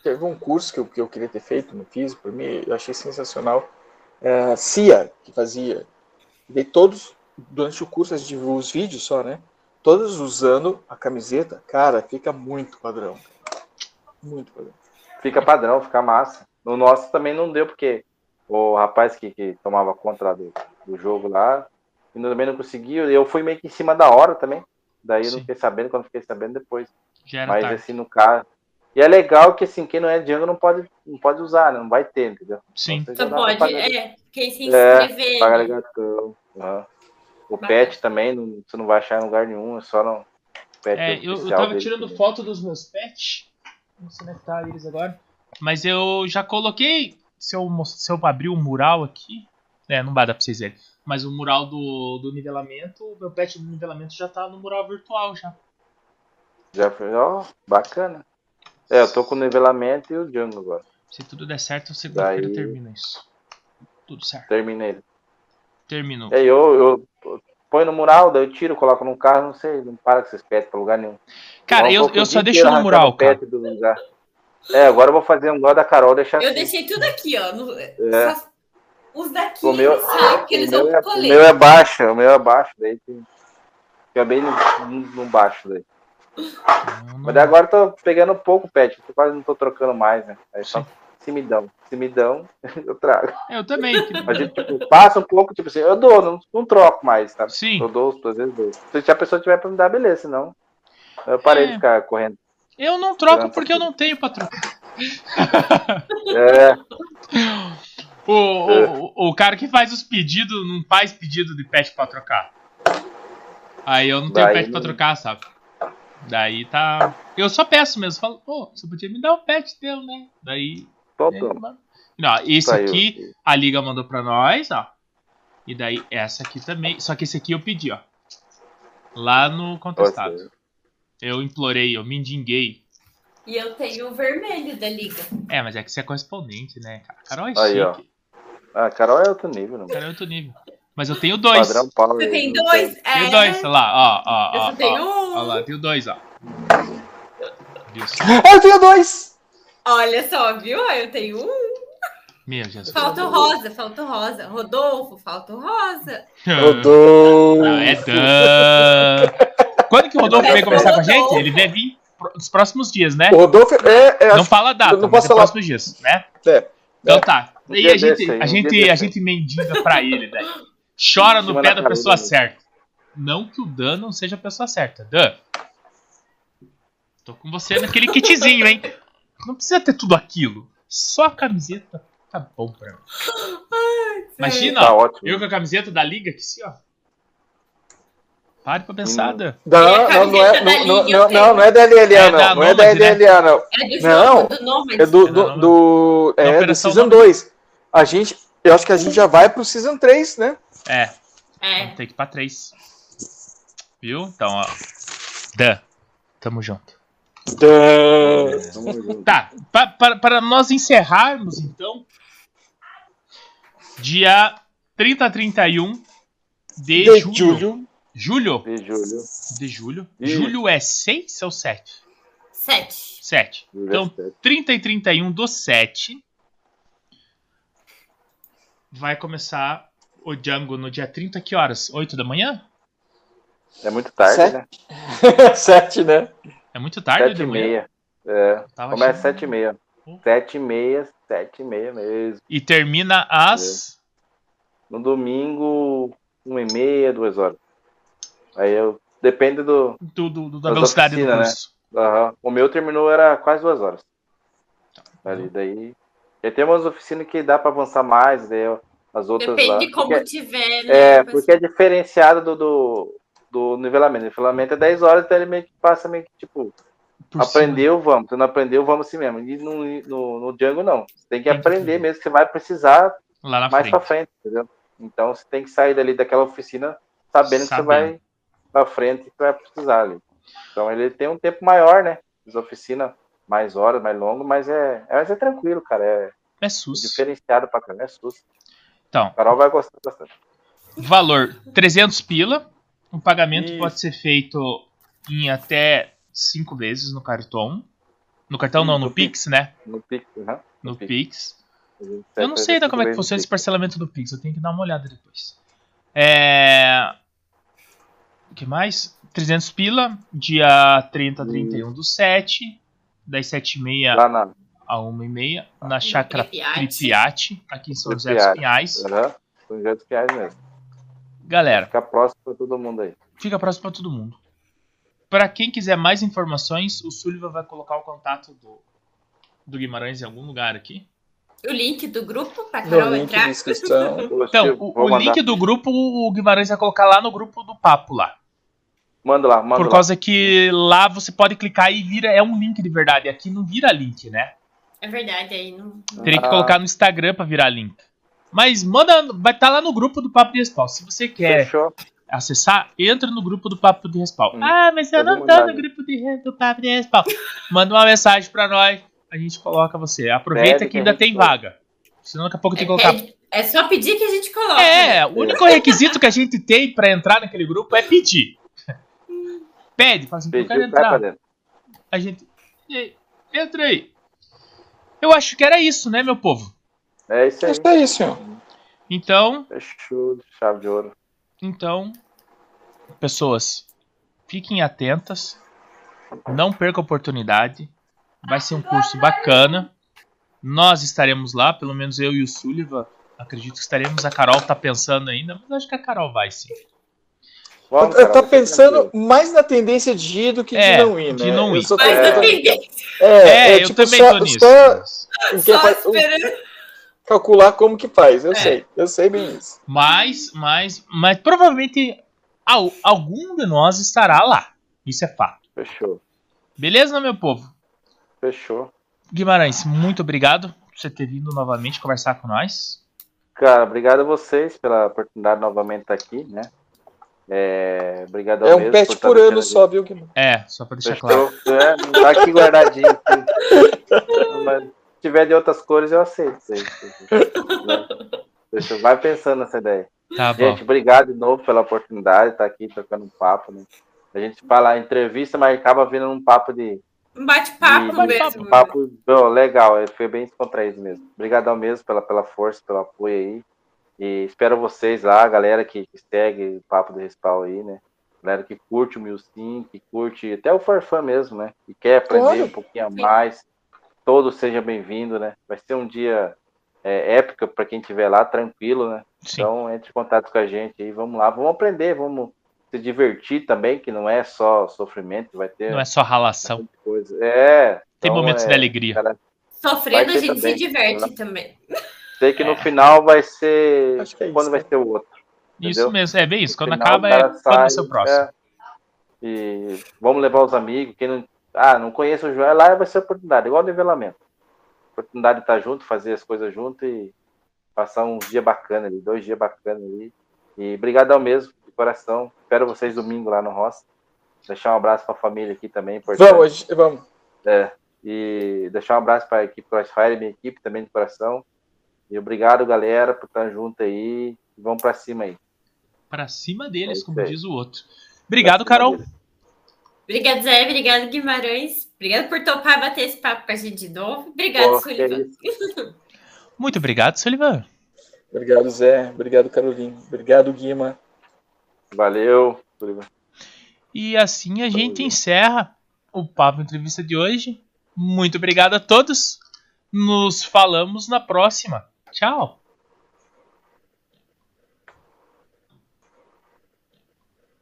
teve um curso que eu, que eu queria ter feito, não fiz, por mim, eu achei sensacional. É, a CIA, que fazia. Dei todos, durante o curso, a gente viu os vídeos só, né? Todos usando a camiseta, cara, fica muito padrão. Muito padrão. Fica padrão, fica massa. No nosso também não deu, porque o rapaz que, que tomava conta lá do, do jogo lá, e também não conseguiu. Eu fui meio que em cima da hora também. Daí eu Sim. não fiquei sabendo, quando fiquei sabendo depois. Já era Mas tarde. assim, no caso. E é legal que assim, quem não é Django não pode, não pode usar, né? não vai ter, entendeu? Sim. Então, você Só já dá pra pode, pagar- é, quem se É, inscrever. né. pagar gatão. Aham. O Bacana. pet também, não, você não vai achar em lugar nenhum, é só no pet É, eu, eu oficial tava um dele tirando também. foto dos meus pets. Não sei onde é que tá eles agora. Mas eu já coloquei. Se eu, mos- se eu abrir o mural aqui. É, não vai dar pra vocês verem. Mas o mural do, do nivelamento, o meu pet do nivelamento já tá no mural virtual já. Já foi, ó, bacana. É, eu tô com o nivelamento e o Django agora. Se tudo der certo, segunda-feira Daí- termina isso. Tudo certo. Terminei. Terminou. É, eu, eu põe no mural, daí eu tiro, coloco num carro, não sei, não para com esses pets pra lugar nenhum. Cara, Igual eu, tô com eu o só dia deixo inteiro no mural, arrancando cara. pet do lugar. É, agora eu vou fazer um igual da Carol, deixar Eu assim. deixei tudo aqui, ó. no- só- os daqui, É. O meu- sabe? Porque eles O vão meu, é, pro o colete. meu é baixo, o meu é baixo, daí tem- fica bem no, no- no baixo daí. Hum. Não, não- Mas daí agora eu tô pegando pouco pet, eu quase não tô trocando mais, né? Aí só se me dão, se me dão, eu trago. É, Eu também. A gente tipo, passa um pouco, tipo assim, eu dou, não, não troco mais, tá? Sim. Eu dou, às vezes dou. Se a pessoa tiver pra me dar, beleza, senão eu parei É. de ficar correndo. Eu não troco porque eu não tenho pra trocar. É, O, o, o- o cara que faz os pedidos não faz pedido de pet pra trocar. Aí eu não tenho Daí pet pra não- trocar, sabe? Daí tá. Eu só peço mesmo. Falo, pô, você podia me dar o pet teu, né? Daí. tô, né, tô. mano. Não, esse Saiu. aqui a Liga mandou pra nós, ó. E daí essa aqui também. Só que esse aqui eu pedi, ó. Lá no contestado. Eu implorei, eu mendinguei. E eu tenho o vermelho da liga. É, mas é que você é correspondente, né, cara? Carol é Aí, ó. chique. Ah, Carol é outro nível, né? Carol é outro nível. Mas eu tenho dois. Padrão Paulo. Você aí, tem não dois? Tenho É. dois, olha lá, ó, ó, Eu ó. só tenho ó. um. Olha lá, tenho dois, ó. Viu só? Ah, eu tenho dois! Olha só, viu? Eu tenho um. Meu Jesus. Falta o rosa, falta o rosa. Rodolfo, falta o rosa. Rodolfo. Hum. Não, é Dan. Quando que o Rodolfo veio conversar com a gente? Rodolfo. Ele deve vir pro- nos próximos dias, né? O Rodolfo é. é, não acho- fala a data, eu não mas posso é falar. próximos dias, né? É. Então tá. Um E dia a gente, desse aí, a um gente, dia a desse aí. gente mendiga pra ele, né? Chora no Cima pé da da cabeça pessoa dele. certa. Não que o Dan não seja a pessoa certa. Dan, tô com você naquele kitzinho, hein? Não precisa ter tudo aquilo. Só a camiseta tá bom pra mim. Imagina, Tá ó, ótimo. eu com a camiseta da liga aqui, assim, ó. Pare pra pensar, Hum. Dan. Não, não, não é, Minha não, não, camisa não, da não, não é da LLA, É da não. Não é da Nômade, né? LLA, não. É do Não. do Nômade. É do, É da do, Nômade. do- Da é, do Operação Season 2. A gente. Eu acho que a gente já vai pro Season 3, né? É, É. Vamos ter que ir pra três. Viu? Então, ó. Dan, tamo junto. Tã. Tamo junto. Tá, pa- para- para nós encerrarmos, então, dia 30 a 31 de, De julho. julho. Julho? De julho. De julho. Isso. Julho é 6 ou 7? Sete. 7. julho Então, é sete. 30 e 31 do 7. Vai começar o Django no dia 30, que horas? 8 da manhã? É muito tarde, Sete? né? Sete, né? É muito tarde Sete de e manhã. meia. É. Tava Começa achando- sete e meia. Hum. Sete e meia, sete e meia mesmo. E termina às. No domingo, uma e meia, duas horas. Aí eu... Depende do... do, do- do- da Das velocidade do oficinas, né? curso. Aham. O meu terminou, era quase duas horas. Tá. Ali, daí... E tem umas oficinas que dá pra avançar mais, daí eu- as outras lá. Depende de como Porque- tiver, né? É, porque é diferenciado do, do, do nivelamento. O nivelamento é 10 horas, então ele meio que passa meio que tipo, Por cima. aprendeu, vamos. Tu não aprendeu, vamos assim mesmo. E no, no, no Django, não. Você Tem tem que que aprender aprender. mesmo, que você vai precisar Lá na mais frente. pra frente, entendeu? Então você tem que sair dali daquela oficina sabendo, que você Sabendo. vai pra frente e que vai precisar ali. Então ele tem um tempo maior, né? As oficinas, mais horas, mais longo, mas é, é, mas é tranquilo, cara. É É SUS. diferenciado pra caramba, é susto. Então, O Carol vai gostar bastante. valor 300 pila. O pagamento Isso. pode ser feito em até 5 vezes no cartão. No cartão não, No no Pix, né? No Pix, né? No No Pix. Pix. Eu não sei ainda como é que funciona esse parcelamento do Pix, eu tenho que dar uma olhada depois. É... O que mais? 300 pila, dia 30 a 31 do 7, das 7h30 Lá na. a 1h30, na Tá. chácara Tripiate. Tripiate, aqui em São José dos Tripiate. Pinhais. Aham. São José dos Pinhais mesmo. Galera, Fica próximo pra todo mundo aí. fica próximo pra todo mundo. Pra quem quiser mais informações, o Sullivan vai colocar o contato do, do Guimarães em algum lugar aqui. O link do grupo pra Carol é No link entrar. de inscrição. Então, o, o link do grupo, o Guimarães vai colocar lá no grupo do papo lá. Manda lá, manda Por causa que lá você pode clicar e vira. É um link de verdade. Aqui não vira link, né? É verdade, aí não. lá. Teria que Ah, colocar no Instagram pra virar link. Mas manda. Vai estar lá no grupo do Papo de Respawn. Se você quer Fechou. acessar, entra no grupo do Papo de Respawn. Hum, ah, mas eu eu vou não tô no mandar, né? grupo de, re- do Papo de Respawn. Manda uma mensagem pra nós. A gente coloca você. Aproveita Pede que que ainda a gente tem coloca. vaga. Senão daqui a pouco tem que colocar. É, é só pedir que a gente coloque. né? É, o único requisito que a gente tem pra entrar naquele grupo é pedir. Pede, fala assim, eu quero Pediu, cai pra entrar. dentro. A gente. E aí, Entra aí. Eu acho que era isso, né, meu povo? É isso aí. Isso aí, senhor. Então, Fechou. Chave de ouro. então, pessoas, fiquem atentas. Não perca a oportunidade. Vai ser um curso bacana. Nós estaremos lá, pelo menos eu e o Sullivan. Acredito que estaremos. A Carol tá pensando ainda, mas acho que a Carol vai sim. Vamos, eu Carol, tô fica pensando tranquilo. mais na tendência de ir do que É, de não ir, né? de não Eu ir. sou Mas tão- depende. É, É, é, eu tipo, também só, tô nisso. só quem Só faz- um esperando. calcular como que faz. Eu sei, eu sei bem isso. Mas, mas, mas provavelmente al- algum de nós estará lá. Isso é fato. Fechou. Beleza, meu povo? Fechou. Guimarães, muito obrigado por você ter vindo novamente conversar com nós. Cara, obrigado a vocês pela oportunidade novamente de estar aqui, né? É, obrigado É ao um mesmo tá pet estar por deixando ano a gente- só, viu, Guilherme? É, só pra deixar claro. Fechou? É, não tá aqui guardadinho. aqui. Mas se tiver de outras cores, eu aceito. isso aí. Deixa, vai pensando nessa ideia. Tá bom. Gente, obrigado de novo pela oportunidade de estar aqui tocando um papo. Né? A gente fala entrevista, mas acaba vindo um papo de. Um bate-papo de- mesmo. Um papo bom, legal, é, foi bem descontraído mesmo. Obrigadão mesmo pela, pela força, pelo apoio aí. E espero vocês lá, a galera que, que segue o Papo do Respal aí, né? Galera que curte o Milsim, que curte até o Farfã mesmo, né? Que quer aprender Claro. um pouquinho a Sim. mais. Todos sejam bem-vindos, né? Vai ser um dia é, épico para quem estiver lá, tranquilo, né? Sim. Então, entre em contato com a gente aí, vamos lá, vamos aprender, vamos se divertir também, que não é só sofrimento, vai ter Não é só ralação. bastante coisa. É, Tem então, momentos é, de alegria. Sofrendo, Vai ter a gente também. se diverte também. Sei que no É. final vai ser. Acho que é isso. Quando vai ser o outro. entendeu? Isso mesmo, é bem isso. No Quando final, acaba o é cara quando vai ser sai, o próximo. é. E vamos levar os amigos. Quem não. Ah, não conhece o João, lá vai ser oportunidade, igual nivelamento. Oportunidade de estar junto, fazer as coisas junto e passar um dia bacana ali, dois dias bacana ali. E brigadão mesmo, de coração. Espero vocês domingo lá no Roça. Deixar um abraço para a família aqui também, importante. Vamos, a gente- vamos. É, E deixar um abraço para a equipe Crossfire, minha equipe também de coração. E obrigado, galera, por estar junto aí. Vamos para cima aí. Pra cima É deles, isso como aí. diz o outro. Obrigado, Pra cima Carol. deles. Obrigada, Zé. Obrigada, Guimarães. Obrigada por topar bater esse papo com a gente de novo. Obrigada, Pô, que Sullivan. isso. Muito obrigado, Sullivan. Obrigado, Zé. Obrigado, Carolina. Obrigado, Guima. Valeu. E assim a Valeu. gente encerra o Papo Entrevista de hoje. Muito obrigado a todos. Nos falamos na próxima. Tchau.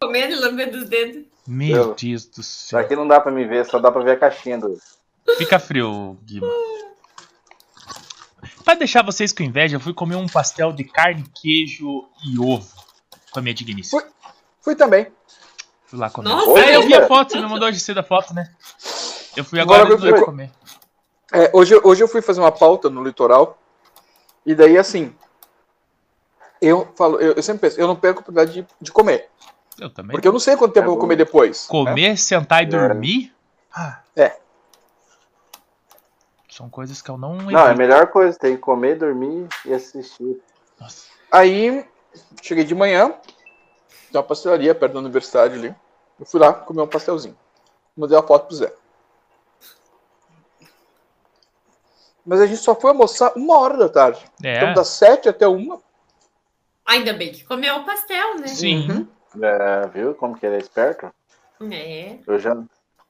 Comendo e lambendo os dedos. Meu Eu- Deus do céu. Aqui não dá pra me ver, só dá pra ver a caixinha do. Fica frio, Guima. Pra deixar vocês com inveja, eu fui comer um pastel de carne, queijo e ovo com a minha digníssima. Fui também. Fui lá comer. Nossa, Oi, Ah, eu vi a cara. foto, você me mandou hoje cedo a foto, né? Eu fui Agora agora eu antes de fui- comer. É, hoje, eu- hoje eu fui fazer uma pauta no litoral. E daí, assim. Eu falo, eu, eu sempre penso, eu não perco a oportunidade de, de comer. Eu também. Porque eu não sei quanto tempo eu vou comer depois. né? Comer, sentar e É. dormir? Ah. É. São coisas que eu não. Não, é a evito. melhor coisa, tem que comer, dormir e assistir. Nossa. Aí, cheguei de manhã, tem uma pastelaria perto da universidade ali. Eu fui lá comer um pastelzinho. Mandei uma foto pro Zé. Mas a gente só foi almoçar uma hora da tarde. É. Então, das sete até uma. Ainda bem que comeu o pastel, né? Sim. Uhum. É, viu como que ele é esperto? É. Eu já,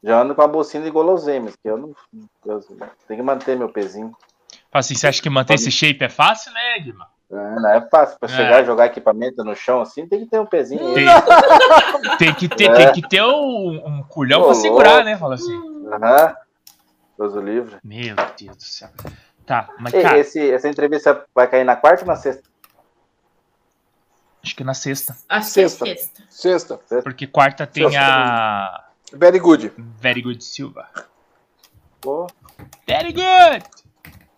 já ando com a bolsinha de guloseimas, que eu não. eu tenho que manter meu pezinho. Fala assim, você acha que manter esse shape é fácil, né, Guima? É, não é fácil pra É. chegar e jogar equipamento no chão assim, tem que ter um pezinho. aí. Tem, tem que ter, É. tem que ter um, um culhão Ô, pra segurar, louco. né? Fala assim. Aham. Deus o livre. Meu Deus do céu. Tá, mas Ei, cara, esse- essa entrevista vai cair na quarta ou na sexta? acho que na sexta. Acho que é Sexta. sexta. Sexta. Porque quarta tem Sexta. a. Very good. Very Good Silva. Pô, Very Good!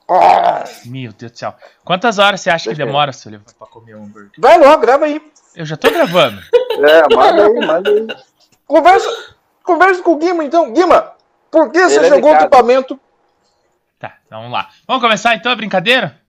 Ah, Meu Deus do céu. Quantas horas você acha que Deixa eu- demora, Sullivan, pra comer um hambúrguer? vai logo, grava aí. Eu já tô gravando. É, manda aí, manda aí. Conversa, conversa com o Guima, então. Guima, por que você Ele é jogou o delicado. equipamento? Tá, então vamos lá. Vamos começar então a brincadeira?